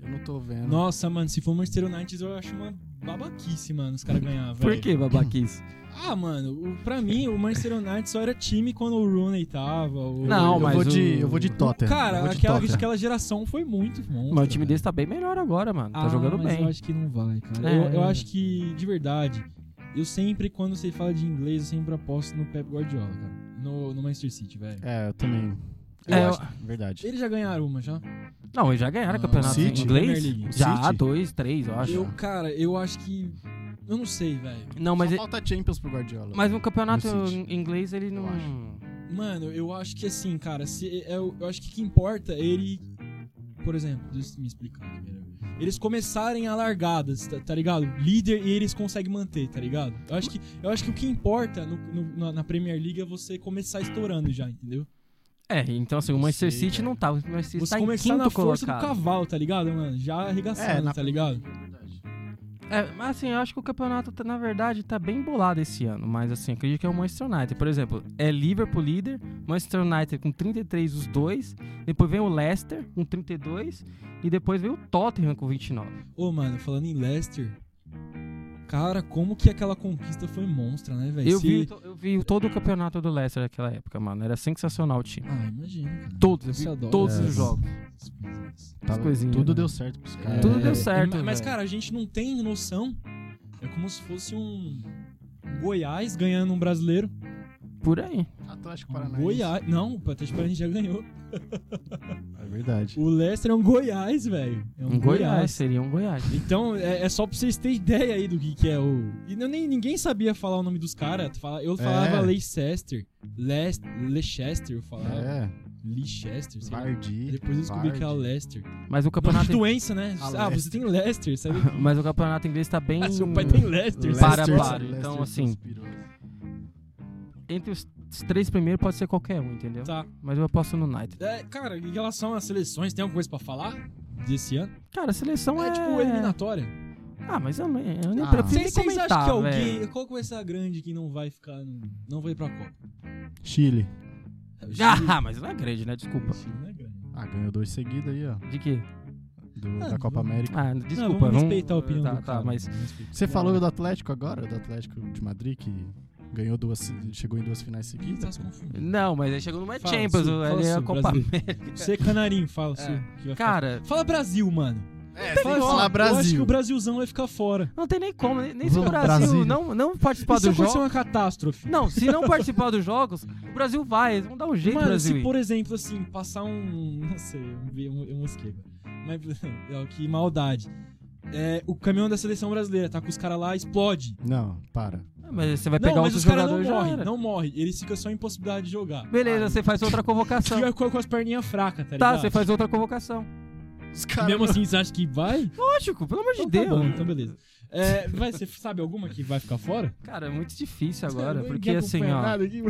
[SPEAKER 7] Eu não tô vendo.
[SPEAKER 6] Nossa, mano, se for Manchester United, eu acho uma babaquice, mano, os caras ganhar, velho.
[SPEAKER 8] Por que, babaquice?
[SPEAKER 6] Ah, mano, o, pra mim, o Manchester United só era time quando o Rooney tava. o-
[SPEAKER 8] Não,
[SPEAKER 7] eu
[SPEAKER 8] mas
[SPEAKER 7] Vou
[SPEAKER 8] o-
[SPEAKER 7] de, eu vou de Tottenham. eu
[SPEAKER 6] Cara,
[SPEAKER 7] vou de
[SPEAKER 6] aquela,
[SPEAKER 7] Tottenham.
[SPEAKER 6] aquela geração foi muito bom.
[SPEAKER 8] Mas o time desse tá bem melhor agora, mano. Tá
[SPEAKER 6] Ah,
[SPEAKER 8] jogando
[SPEAKER 6] mas
[SPEAKER 8] bem.
[SPEAKER 6] Eu acho que não vai, cara.
[SPEAKER 8] É.
[SPEAKER 6] Eu, eu acho que, de verdade, eu sempre, quando você fala de inglês, eu sempre aposto no Pep Guardiola, cara. No, no Manchester City, velho.
[SPEAKER 7] É, eu também.
[SPEAKER 8] É, eu-
[SPEAKER 7] Verdade.
[SPEAKER 6] Eles já ganharam uma, já?
[SPEAKER 8] Não, eles já ganharam
[SPEAKER 6] Ah,
[SPEAKER 8] campeonato
[SPEAKER 7] City,
[SPEAKER 8] inglês?
[SPEAKER 6] Premier League.
[SPEAKER 8] Já,
[SPEAKER 7] City.
[SPEAKER 8] dois, três, eu acho.
[SPEAKER 6] Eu, cara, eu acho que... Eu não sei, velho.
[SPEAKER 8] Não, mas,
[SPEAKER 7] Só
[SPEAKER 8] e-
[SPEAKER 7] falta Champions pro Guardiola.
[SPEAKER 8] mas no campeonato
[SPEAKER 7] No City.
[SPEAKER 8] inglês ele não.
[SPEAKER 6] Mano, eu acho que assim, cara, se, eu, eu acho que o que importa é ele. Por exemplo, deixa eu me explicar primeiro. Eles começarem a largadas, tá, tá ligado? Líder e eles conseguem manter, tá ligado? Eu acho que, eu acho que o que importa no- no- na, na Premier League é você começar estourando já, entendeu?
[SPEAKER 8] É, então assim, o
[SPEAKER 7] Não
[SPEAKER 8] Manchester
[SPEAKER 7] sei,
[SPEAKER 8] City
[SPEAKER 7] cara.
[SPEAKER 8] não tá. O Manchester City
[SPEAKER 6] Você
[SPEAKER 8] tá em
[SPEAKER 6] começar
[SPEAKER 8] quinto
[SPEAKER 6] na força
[SPEAKER 8] colocado.
[SPEAKER 6] do cavalo, tá ligado, mano? Já arregaçando, tá ligado?
[SPEAKER 8] É, mas assim, eu acho que o campeonato, tá- na verdade, tá bem bolado esse ano. Mas assim, acredito que é o Manchester United. Por exemplo, é Liverpool líder, Manchester United com 33 os dois, depois vem o Leicester com 32 e depois vem o Tottenham com 29.
[SPEAKER 6] Ô, mano, falando em Leicester. Cara, como que aquela conquista foi monstra, né, velho?
[SPEAKER 8] Eu
[SPEAKER 6] Se-
[SPEAKER 8] vi, to- eu vi todo o campeonato do Leicester naquela época, mano. Era sensacional o time.
[SPEAKER 6] Ah, imagina, cara.
[SPEAKER 8] Todos, eu
[SPEAKER 6] Você é
[SPEAKER 8] vi
[SPEAKER 6] adora
[SPEAKER 8] todos
[SPEAKER 7] Leicester.
[SPEAKER 8] os jogos.
[SPEAKER 6] essas coisas.
[SPEAKER 7] Tava-
[SPEAKER 8] coisinhas,
[SPEAKER 7] tudo
[SPEAKER 8] né?
[SPEAKER 7] deu certo pros caras.
[SPEAKER 6] É,
[SPEAKER 8] Tudo deu certo,
[SPEAKER 6] ma- Mas,
[SPEAKER 8] velho.
[SPEAKER 6] cara, a gente não tem noção. É como se fosse um Goiás ganhando um brasileiro.
[SPEAKER 8] Por aí.
[SPEAKER 7] Atlético
[SPEAKER 6] Um
[SPEAKER 7] Paranaense.
[SPEAKER 6] Goiás. Não, o Atlético Paranaense já ganhou.
[SPEAKER 7] É verdade.
[SPEAKER 6] O Leicester é um Goiás, velho. É um,
[SPEAKER 8] Um Goiás,
[SPEAKER 6] Goiás.
[SPEAKER 8] seria um Goiás.
[SPEAKER 6] Então, é, é só pra vocês terem ideia aí do que, que é o. E não- nem, ninguém sabia falar o nome dos caras. Tu fala- Eu falava
[SPEAKER 7] É.
[SPEAKER 6] Leicester. Leicester. Leicester, eu falava.
[SPEAKER 7] É,
[SPEAKER 6] Leicester, sei lá.
[SPEAKER 7] Vardy.
[SPEAKER 6] Depois eu descobri que é era
[SPEAKER 7] Vardy.
[SPEAKER 6] Leicester.
[SPEAKER 8] Mas o
[SPEAKER 6] Nome de
[SPEAKER 8] campeonato.
[SPEAKER 6] doença, né?
[SPEAKER 7] Ah,
[SPEAKER 6] Ah, você tem Leicester, sabe?
[SPEAKER 8] Mas o campeonato inglês tá bem.
[SPEAKER 6] Ah, Seu pai tem um- Leicester.
[SPEAKER 8] Para,
[SPEAKER 6] sabe?
[SPEAKER 7] Leicester-
[SPEAKER 8] para.
[SPEAKER 7] Leicester
[SPEAKER 8] Então, assim,
[SPEAKER 7] suspirou.
[SPEAKER 8] Entre os os três primeiros pode ser qualquer um, entendeu?
[SPEAKER 6] Tá.
[SPEAKER 8] Mas eu aposto no United.
[SPEAKER 6] É, cara, em relação às seleções, tem alguma coisa pra falar desse ano?
[SPEAKER 8] Cara, a seleção é.
[SPEAKER 6] É, tipo eliminatória.
[SPEAKER 8] Ah, mas eu, não- eu nem
[SPEAKER 7] Ah.
[SPEAKER 8] prefiro nem
[SPEAKER 6] Vocês vocês
[SPEAKER 8] comentar,
[SPEAKER 6] acham que alguém.
[SPEAKER 8] velho.
[SPEAKER 6] Qual que vai ser a grande que não vai ficar. no- Não vai ir pra Copa?
[SPEAKER 7] Chile.
[SPEAKER 6] É, o Chile.
[SPEAKER 8] Ah, mas não é grande, né? Desculpa.
[SPEAKER 6] O Chile não é grande.
[SPEAKER 7] Ah, ganhou dois seguidos aí, ó.
[SPEAKER 8] De quê?
[SPEAKER 7] do-
[SPEAKER 6] Ah,
[SPEAKER 7] da Copa
[SPEAKER 6] não.
[SPEAKER 7] América.
[SPEAKER 8] Ah,
[SPEAKER 6] não,
[SPEAKER 8] desculpa.
[SPEAKER 6] vamos respeitar a opinião
[SPEAKER 8] tá,
[SPEAKER 6] do cara.
[SPEAKER 8] Tá, mas
[SPEAKER 6] vamos respeitar.
[SPEAKER 7] Você falou do Atlético agora? Do Atlético de Madrid, que ganhou duas. chegou em duas finais
[SPEAKER 6] Ih, tá
[SPEAKER 7] seguidas?
[SPEAKER 6] se confundindo.
[SPEAKER 8] Não, mas aí chegou numa
[SPEAKER 6] Fala,
[SPEAKER 8] Champions,
[SPEAKER 6] Su, fala,
[SPEAKER 8] ali é a
[SPEAKER 6] Su,
[SPEAKER 8] Copa
[SPEAKER 6] brasileiro.
[SPEAKER 8] América.
[SPEAKER 6] Você, Canarinho, fala, Su,
[SPEAKER 8] É.
[SPEAKER 6] que vai ficar-
[SPEAKER 8] Cara,
[SPEAKER 6] Fala Brasil, mano.
[SPEAKER 7] É,
[SPEAKER 8] tem
[SPEAKER 7] fala
[SPEAKER 8] como.
[SPEAKER 7] falar
[SPEAKER 6] Eu acho que
[SPEAKER 7] Brasil.
[SPEAKER 6] o Brasilzão vai ficar fora.
[SPEAKER 8] não tem nem como, nem, nem se o
[SPEAKER 7] Vamos,
[SPEAKER 8] Brasil
[SPEAKER 7] Brasília.
[SPEAKER 8] não, não
[SPEAKER 6] Isso
[SPEAKER 8] participar
[SPEAKER 6] se
[SPEAKER 8] dos
[SPEAKER 6] acontecer
[SPEAKER 8] jogos.
[SPEAKER 6] uma catástrofe.
[SPEAKER 8] Não, se não participar dos jogos, o Brasil vai, eles vão dar um jeito
[SPEAKER 6] Mano,
[SPEAKER 8] Brasil.
[SPEAKER 6] se
[SPEAKER 8] ir.
[SPEAKER 6] por exemplo, assim, passar um. Não sei, eu, vi- eu, eu mosquei agora. Mas, ó, que maldade. É, o caminhão da seleção brasileira tá com os caras lá, explode.
[SPEAKER 7] Não, para.
[SPEAKER 8] Ah, Mas você vai
[SPEAKER 6] não,
[SPEAKER 8] pegar
[SPEAKER 6] mas
[SPEAKER 8] outros
[SPEAKER 6] os caras não
[SPEAKER 8] jogadores já.
[SPEAKER 6] morrem,
[SPEAKER 8] era.
[SPEAKER 6] não morrem. Eles ficam só em possibilidade de jogar.
[SPEAKER 8] Beleza, você faz outra convocação.
[SPEAKER 6] Fica com, com as perninhas fracas, tá,
[SPEAKER 8] Tá,
[SPEAKER 6] ligado?
[SPEAKER 8] você faz outra convocação.
[SPEAKER 7] Os
[SPEAKER 6] E
[SPEAKER 7] caras.
[SPEAKER 6] Mesmo assim, você acha que vai?
[SPEAKER 8] Lógico, pelo amor de
[SPEAKER 6] Então tá
[SPEAKER 8] Deus.
[SPEAKER 6] bom, então beleza. É, vai, você sabe alguma que vai ficar fora?
[SPEAKER 8] Cara, é muito difícil agora,
[SPEAKER 6] Ninguém
[SPEAKER 8] porque
[SPEAKER 6] acompanha
[SPEAKER 8] assim, ó.
[SPEAKER 6] nada aqui.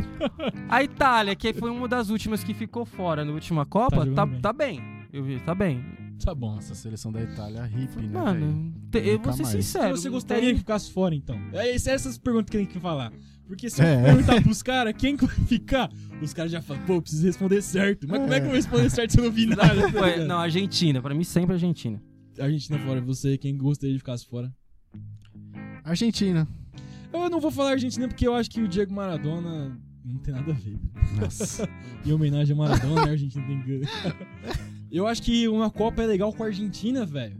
[SPEAKER 8] A Itália, que foi uma das últimas que ficou fora na última
[SPEAKER 6] Tá
[SPEAKER 8] Copa,
[SPEAKER 6] jogando
[SPEAKER 8] tá,
[SPEAKER 6] bem.
[SPEAKER 8] tá bem. Eu vi, tá bem.
[SPEAKER 6] Tá bom.
[SPEAKER 7] Nossa, a seleção da Itália é hippie, né? velho?
[SPEAKER 8] Mano, te- eu vou
[SPEAKER 7] Nunca
[SPEAKER 8] ser
[SPEAKER 7] mais.
[SPEAKER 8] sincero.
[SPEAKER 6] você
[SPEAKER 8] não
[SPEAKER 6] gostaria
[SPEAKER 8] tem-
[SPEAKER 6] que ficasse fora, então? É esse- essas perguntas que tem que falar. Porque se eu
[SPEAKER 7] É.
[SPEAKER 6] perguntar pros caras quem que vai ficar, os caras já falam, pô, eu preciso responder certo. Mas como é que eu vou responder certo se eu não vi nada? tá
[SPEAKER 8] Ué,
[SPEAKER 6] ligado?
[SPEAKER 8] Não, Argentina, pra mim sempre Argentina.
[SPEAKER 6] A gente não fora, você, quem gostaria de ficasse fora.
[SPEAKER 7] Argentina.
[SPEAKER 6] Eu não vou falar Argentina porque eu acho que o Diego Maradona não tem nada a ver.
[SPEAKER 7] Nossa.
[SPEAKER 6] Em homenagem a Maradona, a Argentina tem que. Eu acho que uma Copa é legal com a Argentina, velho.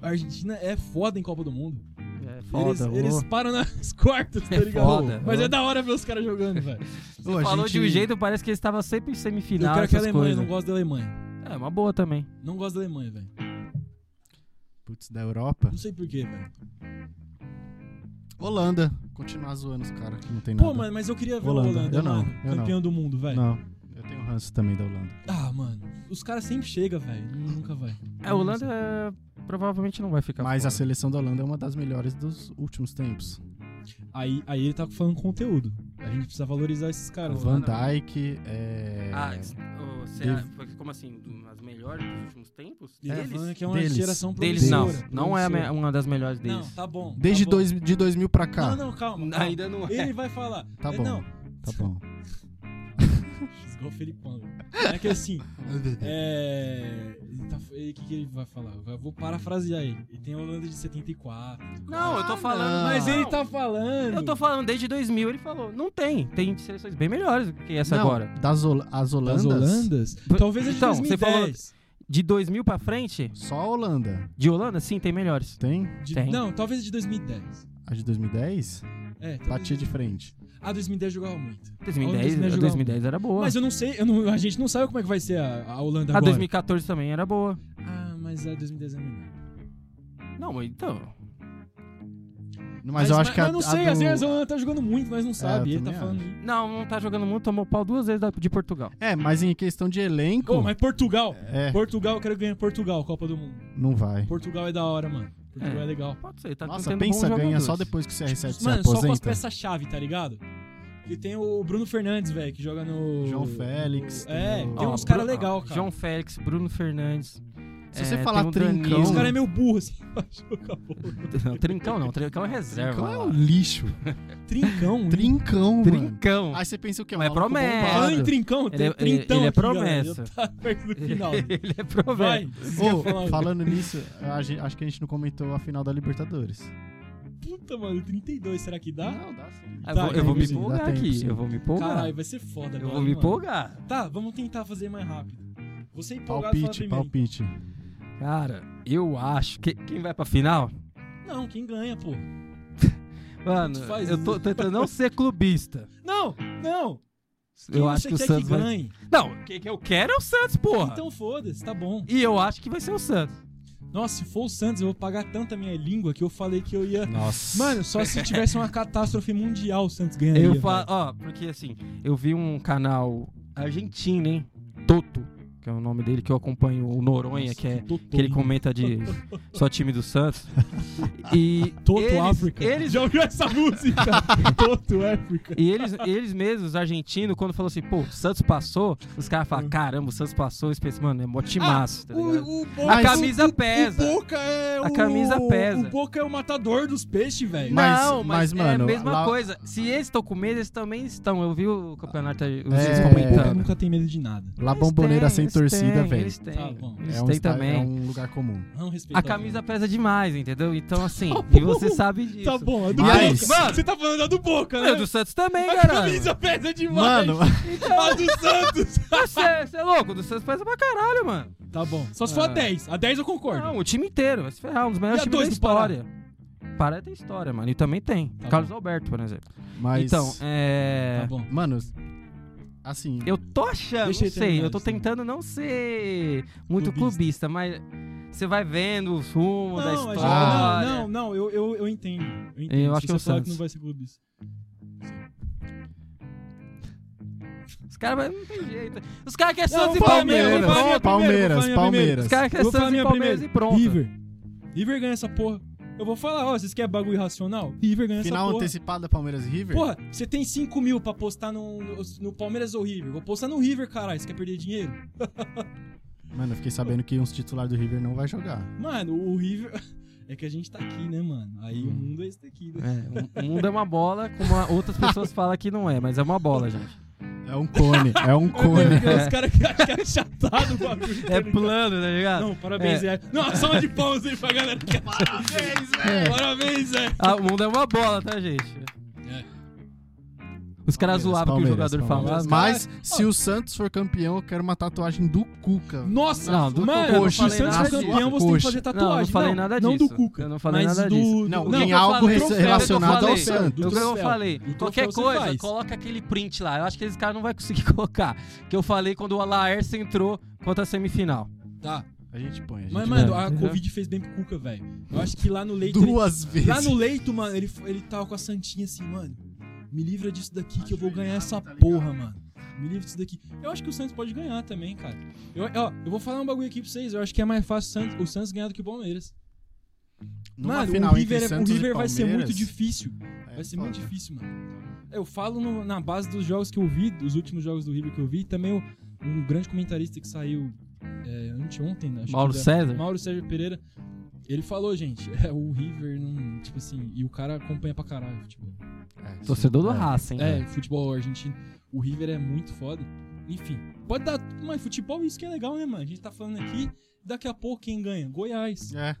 [SPEAKER 6] A Argentina é foda em Copa do Mundo.
[SPEAKER 8] É foda.
[SPEAKER 6] eles,
[SPEAKER 8] ô.
[SPEAKER 6] eles param nas quartas, tá
[SPEAKER 8] É
[SPEAKER 6] ligado?
[SPEAKER 8] foda,
[SPEAKER 6] Mas
[SPEAKER 8] ô.
[SPEAKER 6] é da hora ver os caras jogando, velho.
[SPEAKER 7] Você
[SPEAKER 8] Falou de um jeito, parece que eles estavam sempre em
[SPEAKER 6] Eu
[SPEAKER 8] semifinal.
[SPEAKER 6] quero que a
[SPEAKER 8] essas É,
[SPEAKER 6] Alemanha, eu
[SPEAKER 8] coisas.
[SPEAKER 6] não gosto da Alemanha.
[SPEAKER 8] É, uma boa também.
[SPEAKER 6] Não gosto da Alemanha, velho.
[SPEAKER 7] Putz, da Europa.
[SPEAKER 6] Não sei porquê, velho.
[SPEAKER 7] Holanda. Continuar zoando os caras que não tem nada.
[SPEAKER 6] Pô, mano, mas eu queria ver
[SPEAKER 7] Holanda.
[SPEAKER 6] a Holanda,
[SPEAKER 7] Eu não,
[SPEAKER 6] mano.
[SPEAKER 7] eu não.
[SPEAKER 6] campeão do mundo, velho.
[SPEAKER 7] Não. Eu tenho ranço também da Holanda.
[SPEAKER 6] Ah, mano. Os caras sempre chegam, velho. Nunca vai.
[SPEAKER 8] É, a Holanda é, provavelmente não vai ficar
[SPEAKER 7] Mas a
[SPEAKER 8] fora.
[SPEAKER 7] seleção da Holanda é uma das melhores dos últimos tempos.
[SPEAKER 6] Aí, aí ele tá falando conteúdo. A gente precisa valorizar esses caras.
[SPEAKER 7] Van
[SPEAKER 6] mano.
[SPEAKER 7] Dijk é.
[SPEAKER 8] Ah, es- o- você
[SPEAKER 7] Deve-
[SPEAKER 8] a- como assim? do- As melhores dos últimos tempos?
[SPEAKER 6] Ele tá falando
[SPEAKER 8] Deles?
[SPEAKER 6] que é uma
[SPEAKER 7] Deles.
[SPEAKER 6] geração
[SPEAKER 8] Deles não.
[SPEAKER 6] promissora.
[SPEAKER 8] Não é a me-
[SPEAKER 6] promissora.
[SPEAKER 8] uma das melhores deles.
[SPEAKER 6] Não, tá bom. tá
[SPEAKER 7] Desde
[SPEAKER 6] bom.
[SPEAKER 7] dois, de 2000 pra cá.
[SPEAKER 6] Não, não, calma. calma.
[SPEAKER 8] Ainda não é.
[SPEAKER 6] Ele vai falar.
[SPEAKER 7] Tá
[SPEAKER 6] É,
[SPEAKER 7] bom.
[SPEAKER 6] Não,
[SPEAKER 7] Tá bom.
[SPEAKER 6] Igual o Felipão. É que assim, é. Ele tá- ele- O que, que ele vai falar? Eu vou parafrasear ele. Ele tem a Holanda de 74.
[SPEAKER 8] Não, eu tô
[SPEAKER 7] Ah.
[SPEAKER 8] falando.
[SPEAKER 6] Ah, Mas
[SPEAKER 8] não.
[SPEAKER 6] ele tá falando.
[SPEAKER 8] Eu tô falando desde 2000, ele falou. Não tem. Tem seleções bem melhores do que essa
[SPEAKER 7] Não,
[SPEAKER 8] agora.
[SPEAKER 7] Das Hol- as Holandas.
[SPEAKER 6] das Holandas?
[SPEAKER 8] P-
[SPEAKER 6] Talvez a de
[SPEAKER 8] Então, você
[SPEAKER 6] 2010.
[SPEAKER 8] falou- De 2000 pra frente,
[SPEAKER 7] Só a Holanda.
[SPEAKER 8] de Holanda, sim, tem melhores.
[SPEAKER 7] Tem?
[SPEAKER 6] De-
[SPEAKER 8] Tem.
[SPEAKER 6] Não, talvez a de 2010.
[SPEAKER 7] A de 2010?
[SPEAKER 6] É, talvez-
[SPEAKER 7] Batia de frente.
[SPEAKER 6] A 2010 jogava muito. A
[SPEAKER 8] 2010,
[SPEAKER 6] 2010
[SPEAKER 8] a
[SPEAKER 6] jogava
[SPEAKER 8] 2010 era boa.
[SPEAKER 6] Mas eu não sei, eu não- a gente não sabe como é que vai ser a, a Holanda
[SPEAKER 8] a
[SPEAKER 6] agora.
[SPEAKER 8] 2014 também era boa.
[SPEAKER 6] Ah, mas a 2010 é melhor.
[SPEAKER 8] Não, então.
[SPEAKER 7] Mas, eu acho que a,
[SPEAKER 6] eu não
[SPEAKER 7] a
[SPEAKER 6] sei,
[SPEAKER 7] do- É,
[SPEAKER 6] às vezes a Holanda tá jogando muito, mas não sabe.
[SPEAKER 7] eu
[SPEAKER 6] ele tá
[SPEAKER 7] também
[SPEAKER 6] falando.
[SPEAKER 8] Não, não tá jogando muito, tomou pau duas vezes da- de Portugal.
[SPEAKER 7] É, mas em questão de elenco,
[SPEAKER 6] Pô, mas Portugal.
[SPEAKER 7] É.
[SPEAKER 6] Portugal, eu quero ganhar Portugal, Copa do Mundo.
[SPEAKER 7] não vai.
[SPEAKER 6] Portugal é da hora, mano. Portugal é,
[SPEAKER 8] É.
[SPEAKER 6] legal.
[SPEAKER 8] Pode ser, tá
[SPEAKER 7] Nossa,
[SPEAKER 8] tendo
[SPEAKER 7] pensa,
[SPEAKER 8] bons
[SPEAKER 7] ganha
[SPEAKER 8] jogadores.
[SPEAKER 7] só depois que o CR7 se
[SPEAKER 6] Tipo, mano, só com as
[SPEAKER 7] aposenta.
[SPEAKER 6] peças-chave, tá ligado? E tem o Bruno Fernandes, velho, que joga no.
[SPEAKER 7] João Félix,
[SPEAKER 6] É,
[SPEAKER 7] tem
[SPEAKER 6] tem,
[SPEAKER 7] o-
[SPEAKER 8] Ó,
[SPEAKER 6] uns
[SPEAKER 8] Bru-
[SPEAKER 6] caras legal, cara.
[SPEAKER 8] João Félix, Bruno Fernandes.
[SPEAKER 7] Se você
[SPEAKER 8] é,
[SPEAKER 7] falar
[SPEAKER 8] tem o
[SPEAKER 7] trincão-
[SPEAKER 8] Danilo.
[SPEAKER 6] Os caras é meio burro, assim. pra jogar bola.
[SPEAKER 8] Não, trincão não, trincão é reserva.
[SPEAKER 7] Trincão é um
[SPEAKER 8] lá.
[SPEAKER 7] lixo.
[SPEAKER 6] Trincão, hein?
[SPEAKER 7] Trincão, mano.
[SPEAKER 8] Um Trincão.
[SPEAKER 7] Aí você pensa o quê? Um
[SPEAKER 8] Mas é
[SPEAKER 7] maluco
[SPEAKER 8] promete.
[SPEAKER 7] bombado.
[SPEAKER 6] Falando em trincão,
[SPEAKER 8] Ele
[SPEAKER 6] tem um
[SPEAKER 8] é-
[SPEAKER 6] trintão
[SPEAKER 8] ele é
[SPEAKER 6] aqui, galera.
[SPEAKER 8] promessa.
[SPEAKER 6] Já Tá perto do final.
[SPEAKER 8] Ele é provável.
[SPEAKER 6] Vai. você
[SPEAKER 7] Ô,
[SPEAKER 6] quer falar?
[SPEAKER 7] falando nisso, a gen- acho que a gente não comentou a final da Libertadores.
[SPEAKER 6] Puta, mano, 32, será que dá?
[SPEAKER 7] Não, dá sim.
[SPEAKER 8] Ah, eu
[SPEAKER 6] Tá,
[SPEAKER 8] vou- eu vou me
[SPEAKER 7] sim, dá
[SPEAKER 8] empolgar
[SPEAKER 7] tempo,
[SPEAKER 8] aqui.
[SPEAKER 7] sim.
[SPEAKER 8] Eu vou me empolgar.
[SPEAKER 6] Caralho, vai ser foda
[SPEAKER 8] eu
[SPEAKER 6] agora,
[SPEAKER 8] vou me
[SPEAKER 6] hein, mano.
[SPEAKER 8] empolgar.
[SPEAKER 6] Tá, vamos tentar fazer mais rápido. Você é empolgado fala
[SPEAKER 7] Palpite,
[SPEAKER 6] primeiro.
[SPEAKER 7] palpite.
[SPEAKER 8] Cara, eu acho. Que, quem vai pra final?
[SPEAKER 6] Não, quem ganha, pô?
[SPEAKER 8] Mano,
[SPEAKER 6] Tu faz
[SPEAKER 8] eu tô
[SPEAKER 6] isso.
[SPEAKER 8] tentando não ser clubista.
[SPEAKER 6] Não, não. Quem
[SPEAKER 8] eu
[SPEAKER 6] você
[SPEAKER 8] acho que o
[SPEAKER 6] quer
[SPEAKER 8] Santos
[SPEAKER 6] que
[SPEAKER 8] vai.
[SPEAKER 6] ganhe?
[SPEAKER 8] Não, quem que eu quero é o Santos, porra.
[SPEAKER 6] Então foda-se, tá bom.
[SPEAKER 8] E eu acho que vai ser o Santos.
[SPEAKER 6] Nossa, se for o Santos, eu vou pagar tanta minha língua que eu falei que eu ia.
[SPEAKER 7] Nossa.
[SPEAKER 6] Mano, só se tivesse uma catástrofe mundial o Santos ganharia.
[SPEAKER 8] Eu falo, ó, porque assim, eu vi um canal argentino, hein? Toto, que é o nome dele, que eu acompanho o Noronha, que é. Que ele comenta de só time do Santos. E.
[SPEAKER 6] Toto
[SPEAKER 8] eles,
[SPEAKER 6] África.
[SPEAKER 8] Eles
[SPEAKER 6] Já ouviu essa música? Toto África.
[SPEAKER 8] E eles, eles mesmos, os argentinos, quando falou assim, pô, o Santos passou, os caras falam, caramba, o Santos passou, eles pensam, mano, é mó timaço, tá ligado?
[SPEAKER 6] O, o Boca,
[SPEAKER 8] a camisa pesa.
[SPEAKER 6] O Boca é o.
[SPEAKER 8] A camisa pesa.
[SPEAKER 6] O Boca é o matador dos peixes, velho.
[SPEAKER 7] Mas-
[SPEAKER 8] não, mas,
[SPEAKER 7] mas,
[SPEAKER 8] é
[SPEAKER 7] mano,
[SPEAKER 8] a mesma
[SPEAKER 7] lá-
[SPEAKER 8] coisa. Se eles estão com medo, eles também estão. Eu vi o campeonato, os
[SPEAKER 7] É,
[SPEAKER 8] eles
[SPEAKER 6] O Boca
[SPEAKER 8] comentando.
[SPEAKER 6] nunca tem medo de nada.
[SPEAKER 7] Lá
[SPEAKER 8] Eles
[SPEAKER 7] bomboneira
[SPEAKER 8] têm,
[SPEAKER 7] sem
[SPEAKER 8] eles
[SPEAKER 7] torcida,
[SPEAKER 8] têm,
[SPEAKER 7] velho.
[SPEAKER 8] Eles têm,
[SPEAKER 6] Tá bom.
[SPEAKER 8] eles
[SPEAKER 7] É um,
[SPEAKER 8] têm
[SPEAKER 7] esta-
[SPEAKER 8] também.
[SPEAKER 7] é um lugar comum.
[SPEAKER 6] Não respeita.
[SPEAKER 8] A camisa pesa demais, entendeu? Então, assim,
[SPEAKER 6] Tá
[SPEAKER 8] e
[SPEAKER 6] bom.
[SPEAKER 8] você sabe disso.
[SPEAKER 6] Tá bom, a do
[SPEAKER 7] Mas-
[SPEAKER 6] Boca.
[SPEAKER 8] Mano.
[SPEAKER 6] Você tá falando da do Boca, né?
[SPEAKER 8] Eu do Santos também,
[SPEAKER 6] a
[SPEAKER 8] caralho.
[SPEAKER 6] camisa pesa demais.
[SPEAKER 7] Mano,
[SPEAKER 6] A do Santos.
[SPEAKER 8] Você você é louco, o do Santos pesa pra caralho, mano.
[SPEAKER 6] Tá bom. Só se for a
[SPEAKER 8] Ah.
[SPEAKER 6] 10. A 10 eu concordo.
[SPEAKER 8] Não, o time inteiro. Vai se ferrar. Um dos
[SPEAKER 6] E
[SPEAKER 8] melhores
[SPEAKER 6] a
[SPEAKER 8] times da
[SPEAKER 6] dois do Pará?
[SPEAKER 8] história. Pará tem história, mano. E também tem.
[SPEAKER 6] Tá
[SPEAKER 8] Carlos
[SPEAKER 6] bom.
[SPEAKER 8] Alberto, por exemplo.
[SPEAKER 7] mas.
[SPEAKER 8] Então, é.
[SPEAKER 6] Tá bom.
[SPEAKER 7] Mano, assim.
[SPEAKER 8] Eu tô achando,
[SPEAKER 6] Deixa
[SPEAKER 8] não
[SPEAKER 6] ele
[SPEAKER 8] sei.
[SPEAKER 6] terminar
[SPEAKER 8] Eu tô
[SPEAKER 6] isso aí.
[SPEAKER 8] tentando não ser
[SPEAKER 6] Clubista.
[SPEAKER 8] muito clubista, mas você vai vendo os rumos da
[SPEAKER 6] Não, a
[SPEAKER 8] história.
[SPEAKER 6] gente- não, não, não, eu, eu, eu entendo. Eu, entendo.
[SPEAKER 8] Eu acho
[SPEAKER 6] Se
[SPEAKER 8] que é o
[SPEAKER 6] você falar que
[SPEAKER 8] Santos.
[SPEAKER 6] não vai ser clubista.
[SPEAKER 8] Os caras não tem jeito. Os caras querem
[SPEAKER 6] Não,
[SPEAKER 8] Santos e
[SPEAKER 6] fala
[SPEAKER 8] Palmeiras.
[SPEAKER 6] mesmo, fala
[SPEAKER 8] pronto.
[SPEAKER 6] minha primeira, vou
[SPEAKER 7] Palmeiras,
[SPEAKER 6] falar minha
[SPEAKER 7] Palmeiras.
[SPEAKER 8] Os caras querem
[SPEAKER 6] Vou falar
[SPEAKER 8] Santos e
[SPEAKER 6] minha
[SPEAKER 8] Palmeiras
[SPEAKER 6] primeira.
[SPEAKER 8] e pronto.
[SPEAKER 6] River. River ganha essa porra. Eu vou falar, ó, vocês querem bagulho irracional? River ganha
[SPEAKER 7] Final
[SPEAKER 6] essa porra.
[SPEAKER 7] antecipada Palmeiras e River?
[SPEAKER 6] Porra, você tem 5 mil pra postar no, no, no Palmeiras ou River. Vou postar no River, caralho. Você quer perder dinheiro?
[SPEAKER 7] Mano, eu fiquei sabendo que uns titulares do River não vai jogar.
[SPEAKER 6] Mano, o River. É que a gente tá aqui, né, mano? Aí o mundo é esse daqui, né?
[SPEAKER 8] É, o mundo é uma bola, como a- outras pessoas falam que não é, mas é uma bola, gente.
[SPEAKER 7] É um cone, é um cone.
[SPEAKER 6] Os caras que acham que é achatado o bagulho. tá
[SPEAKER 8] É
[SPEAKER 6] ligado?
[SPEAKER 8] plano, tá ligado?
[SPEAKER 6] Não, parabéns, Zé. Não, salva de palmas aí pra galera. Parabéns, Zé. Parabéns, Zé.
[SPEAKER 8] Ah, o mundo é uma bola, tá, gente?
[SPEAKER 6] É.
[SPEAKER 8] Os caras zoavam que o
[SPEAKER 7] Palmeiras,
[SPEAKER 8] jogador
[SPEAKER 7] Palmeiras.
[SPEAKER 8] falava.
[SPEAKER 7] Mas se o Santos for campeão, eu quero uma tatuagem do Cuca.
[SPEAKER 6] Nossa,
[SPEAKER 8] Não, do
[SPEAKER 6] mano,
[SPEAKER 8] Cuca eu não
[SPEAKER 6] se o
[SPEAKER 8] falei
[SPEAKER 6] Santos
[SPEAKER 8] nada
[SPEAKER 6] for campeão, você
[SPEAKER 7] disso.
[SPEAKER 6] tem que
[SPEAKER 7] Coxa.
[SPEAKER 6] fazer
[SPEAKER 8] Não,
[SPEAKER 6] tatuagem.
[SPEAKER 8] eu não falei nada
[SPEAKER 6] não
[SPEAKER 8] disso.
[SPEAKER 6] do Cuca.
[SPEAKER 8] Eu não falei
[SPEAKER 6] mas
[SPEAKER 8] nada
[SPEAKER 6] do,
[SPEAKER 8] disso.
[SPEAKER 6] do-
[SPEAKER 7] Não,
[SPEAKER 8] Não,
[SPEAKER 7] em
[SPEAKER 8] eu
[SPEAKER 7] algo
[SPEAKER 8] falei-
[SPEAKER 7] re-
[SPEAKER 8] eu falei-
[SPEAKER 7] relacionado
[SPEAKER 8] eu
[SPEAKER 7] ao
[SPEAKER 8] falei-
[SPEAKER 7] Santos.
[SPEAKER 6] do
[SPEAKER 8] Eu, Então, eu
[SPEAKER 6] troféu.
[SPEAKER 8] falei,
[SPEAKER 6] Do
[SPEAKER 8] qualquer
[SPEAKER 6] troféu você
[SPEAKER 8] coisa,
[SPEAKER 6] faz.
[SPEAKER 8] coloca aquele print lá. Eu acho que esses caras não vão conseguir colocar. Que eu falei quando o Laércio entrou contra a semifinal.
[SPEAKER 6] Tá.
[SPEAKER 7] A gente põe. A gente
[SPEAKER 6] Mas,
[SPEAKER 7] põe.
[SPEAKER 6] mano, a
[SPEAKER 8] Uhum.
[SPEAKER 6] Covid fez bem pro Cuca, velho. Eu acho que lá no leito. ele-
[SPEAKER 7] duas vezes.
[SPEAKER 6] Lá no leito, mano, ele, ele tava com a Santinha assim, mano. Me livra disso daqui que eu vou ganhar essa porra, mano. Me livra disso daqui. Eu acho que o Santos pode ganhar também, cara. Eu, ó, eu vou falar um bagulho aqui pra vocês. Eu acho que é mais fácil o Santos- o Santos ganhar do que o Palmeiras.
[SPEAKER 7] Numa
[SPEAKER 6] mano,
[SPEAKER 7] final
[SPEAKER 6] o River,
[SPEAKER 7] entre
[SPEAKER 6] é- o
[SPEAKER 7] Santos e
[SPEAKER 6] River vai ser muito
[SPEAKER 7] Palmeiras,
[SPEAKER 6] difícil.
[SPEAKER 7] é
[SPEAKER 6] Vai ser muito
[SPEAKER 7] foda.
[SPEAKER 6] difícil, mano. Eu falo no- na base dos jogos que eu vi, dos últimos jogos do River que eu vi, e também o- um grande comentarista que saiu é, anteontem, né? acho que
[SPEAKER 8] Mauro
[SPEAKER 6] da-
[SPEAKER 8] César?
[SPEAKER 6] Mauro Sérgio Pereira. Ele falou, gente, é, o River não. Tipo assim, e o cara acompanha pra caralho o futebol.
[SPEAKER 7] É,
[SPEAKER 8] Torcedor do
[SPEAKER 7] sim, é.
[SPEAKER 8] Racing. né?
[SPEAKER 6] É, futebol argentino. O River é muito foda. Enfim, pode dar. Mas futebol, isso que é legal, né, mano? A gente tá falando aqui, daqui a pouco quem ganha? Goiás.
[SPEAKER 7] É.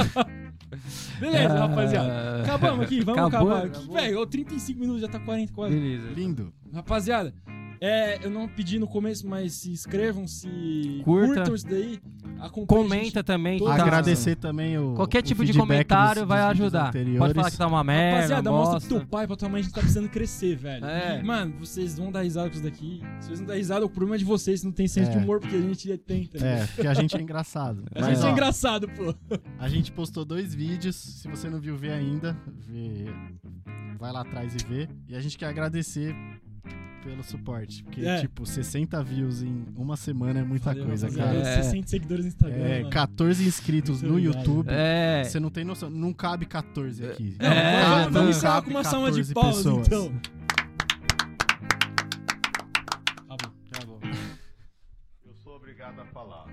[SPEAKER 8] É.
[SPEAKER 6] Beleza, É, rapaziada. Acabamos aqui, vamos
[SPEAKER 8] Ah. Acabou,
[SPEAKER 6] acabar aqui.
[SPEAKER 8] acabou.
[SPEAKER 6] Velho, 35 minutos, já tá 40 quase.
[SPEAKER 8] Beleza.
[SPEAKER 7] É, Lindo.
[SPEAKER 6] Rapaziada, é, eu não pedi no começo, mas se inscrevam, se
[SPEAKER 8] Curta.
[SPEAKER 6] curtam isso daí. acompanhem a gente.
[SPEAKER 8] Comenta também.
[SPEAKER 6] Todos.
[SPEAKER 8] tá?
[SPEAKER 7] Agradecer também o.
[SPEAKER 8] Qualquer
[SPEAKER 7] o
[SPEAKER 8] tipo de
[SPEAKER 7] feedback
[SPEAKER 8] comentário
[SPEAKER 7] dos-
[SPEAKER 8] vai
[SPEAKER 7] dos vídeos
[SPEAKER 8] ajudar. Pode falar
[SPEAKER 7] anteriores.
[SPEAKER 8] que tá uma merda.
[SPEAKER 6] Rapaziada, mostra pro
[SPEAKER 8] bosta.
[SPEAKER 6] teu pai, pra tua mãe, a gente tá precisando crescer, velho.
[SPEAKER 8] É.
[SPEAKER 6] E, mano, vocês vão dar risada com isso daqui. Se vocês não dar risada, o problema é de vocês, não tem senso
[SPEAKER 7] É.
[SPEAKER 6] de humor, porque a gente tem, tá ligado?
[SPEAKER 7] É, porque a gente é engraçado.
[SPEAKER 6] A
[SPEAKER 7] Mas
[SPEAKER 6] gente
[SPEAKER 7] ó,
[SPEAKER 6] é engraçado, pô.
[SPEAKER 7] a gente postou dois vídeos. Se você não viu, vê ainda. Vê. Vai lá atrás e vê. E a gente quer agradecer pelo suporte. Porque,
[SPEAKER 6] É.
[SPEAKER 7] tipo, 60 views em uma semana é muita coisa,
[SPEAKER 6] rapaziada.
[SPEAKER 7] cara.
[SPEAKER 8] É.
[SPEAKER 6] 60 seguidores no Instagram.
[SPEAKER 7] É,
[SPEAKER 6] mano.
[SPEAKER 7] 14 inscritos
[SPEAKER 6] Muito
[SPEAKER 7] no
[SPEAKER 6] obrigado.
[SPEAKER 7] YouTube.
[SPEAKER 8] É.
[SPEAKER 7] Você não tem noção. Não cabe 14 aqui.
[SPEAKER 6] Não,
[SPEAKER 8] É,
[SPEAKER 6] vamos-
[SPEAKER 8] não
[SPEAKER 6] vamos encerrar
[SPEAKER 7] cabe
[SPEAKER 6] com uma salva de
[SPEAKER 7] 14
[SPEAKER 6] palmas,
[SPEAKER 7] pessoas.
[SPEAKER 6] então. Tá bom.
[SPEAKER 1] Eu sou obrigado a falar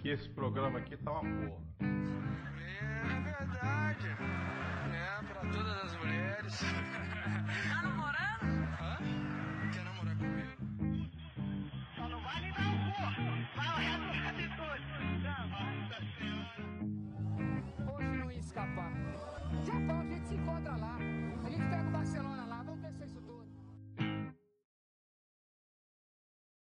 [SPEAKER 1] que esse programa aqui tá uma porra.
[SPEAKER 2] É verdade. É pra todas as mulheres.
[SPEAKER 3] Tá namorando?
[SPEAKER 2] Hã? Quer namorar comigo?
[SPEAKER 4] Só não vale dar o corpo. Vai o resto sabe tudo. Nossa senhora.
[SPEAKER 5] Hoje não ia escapar. tá,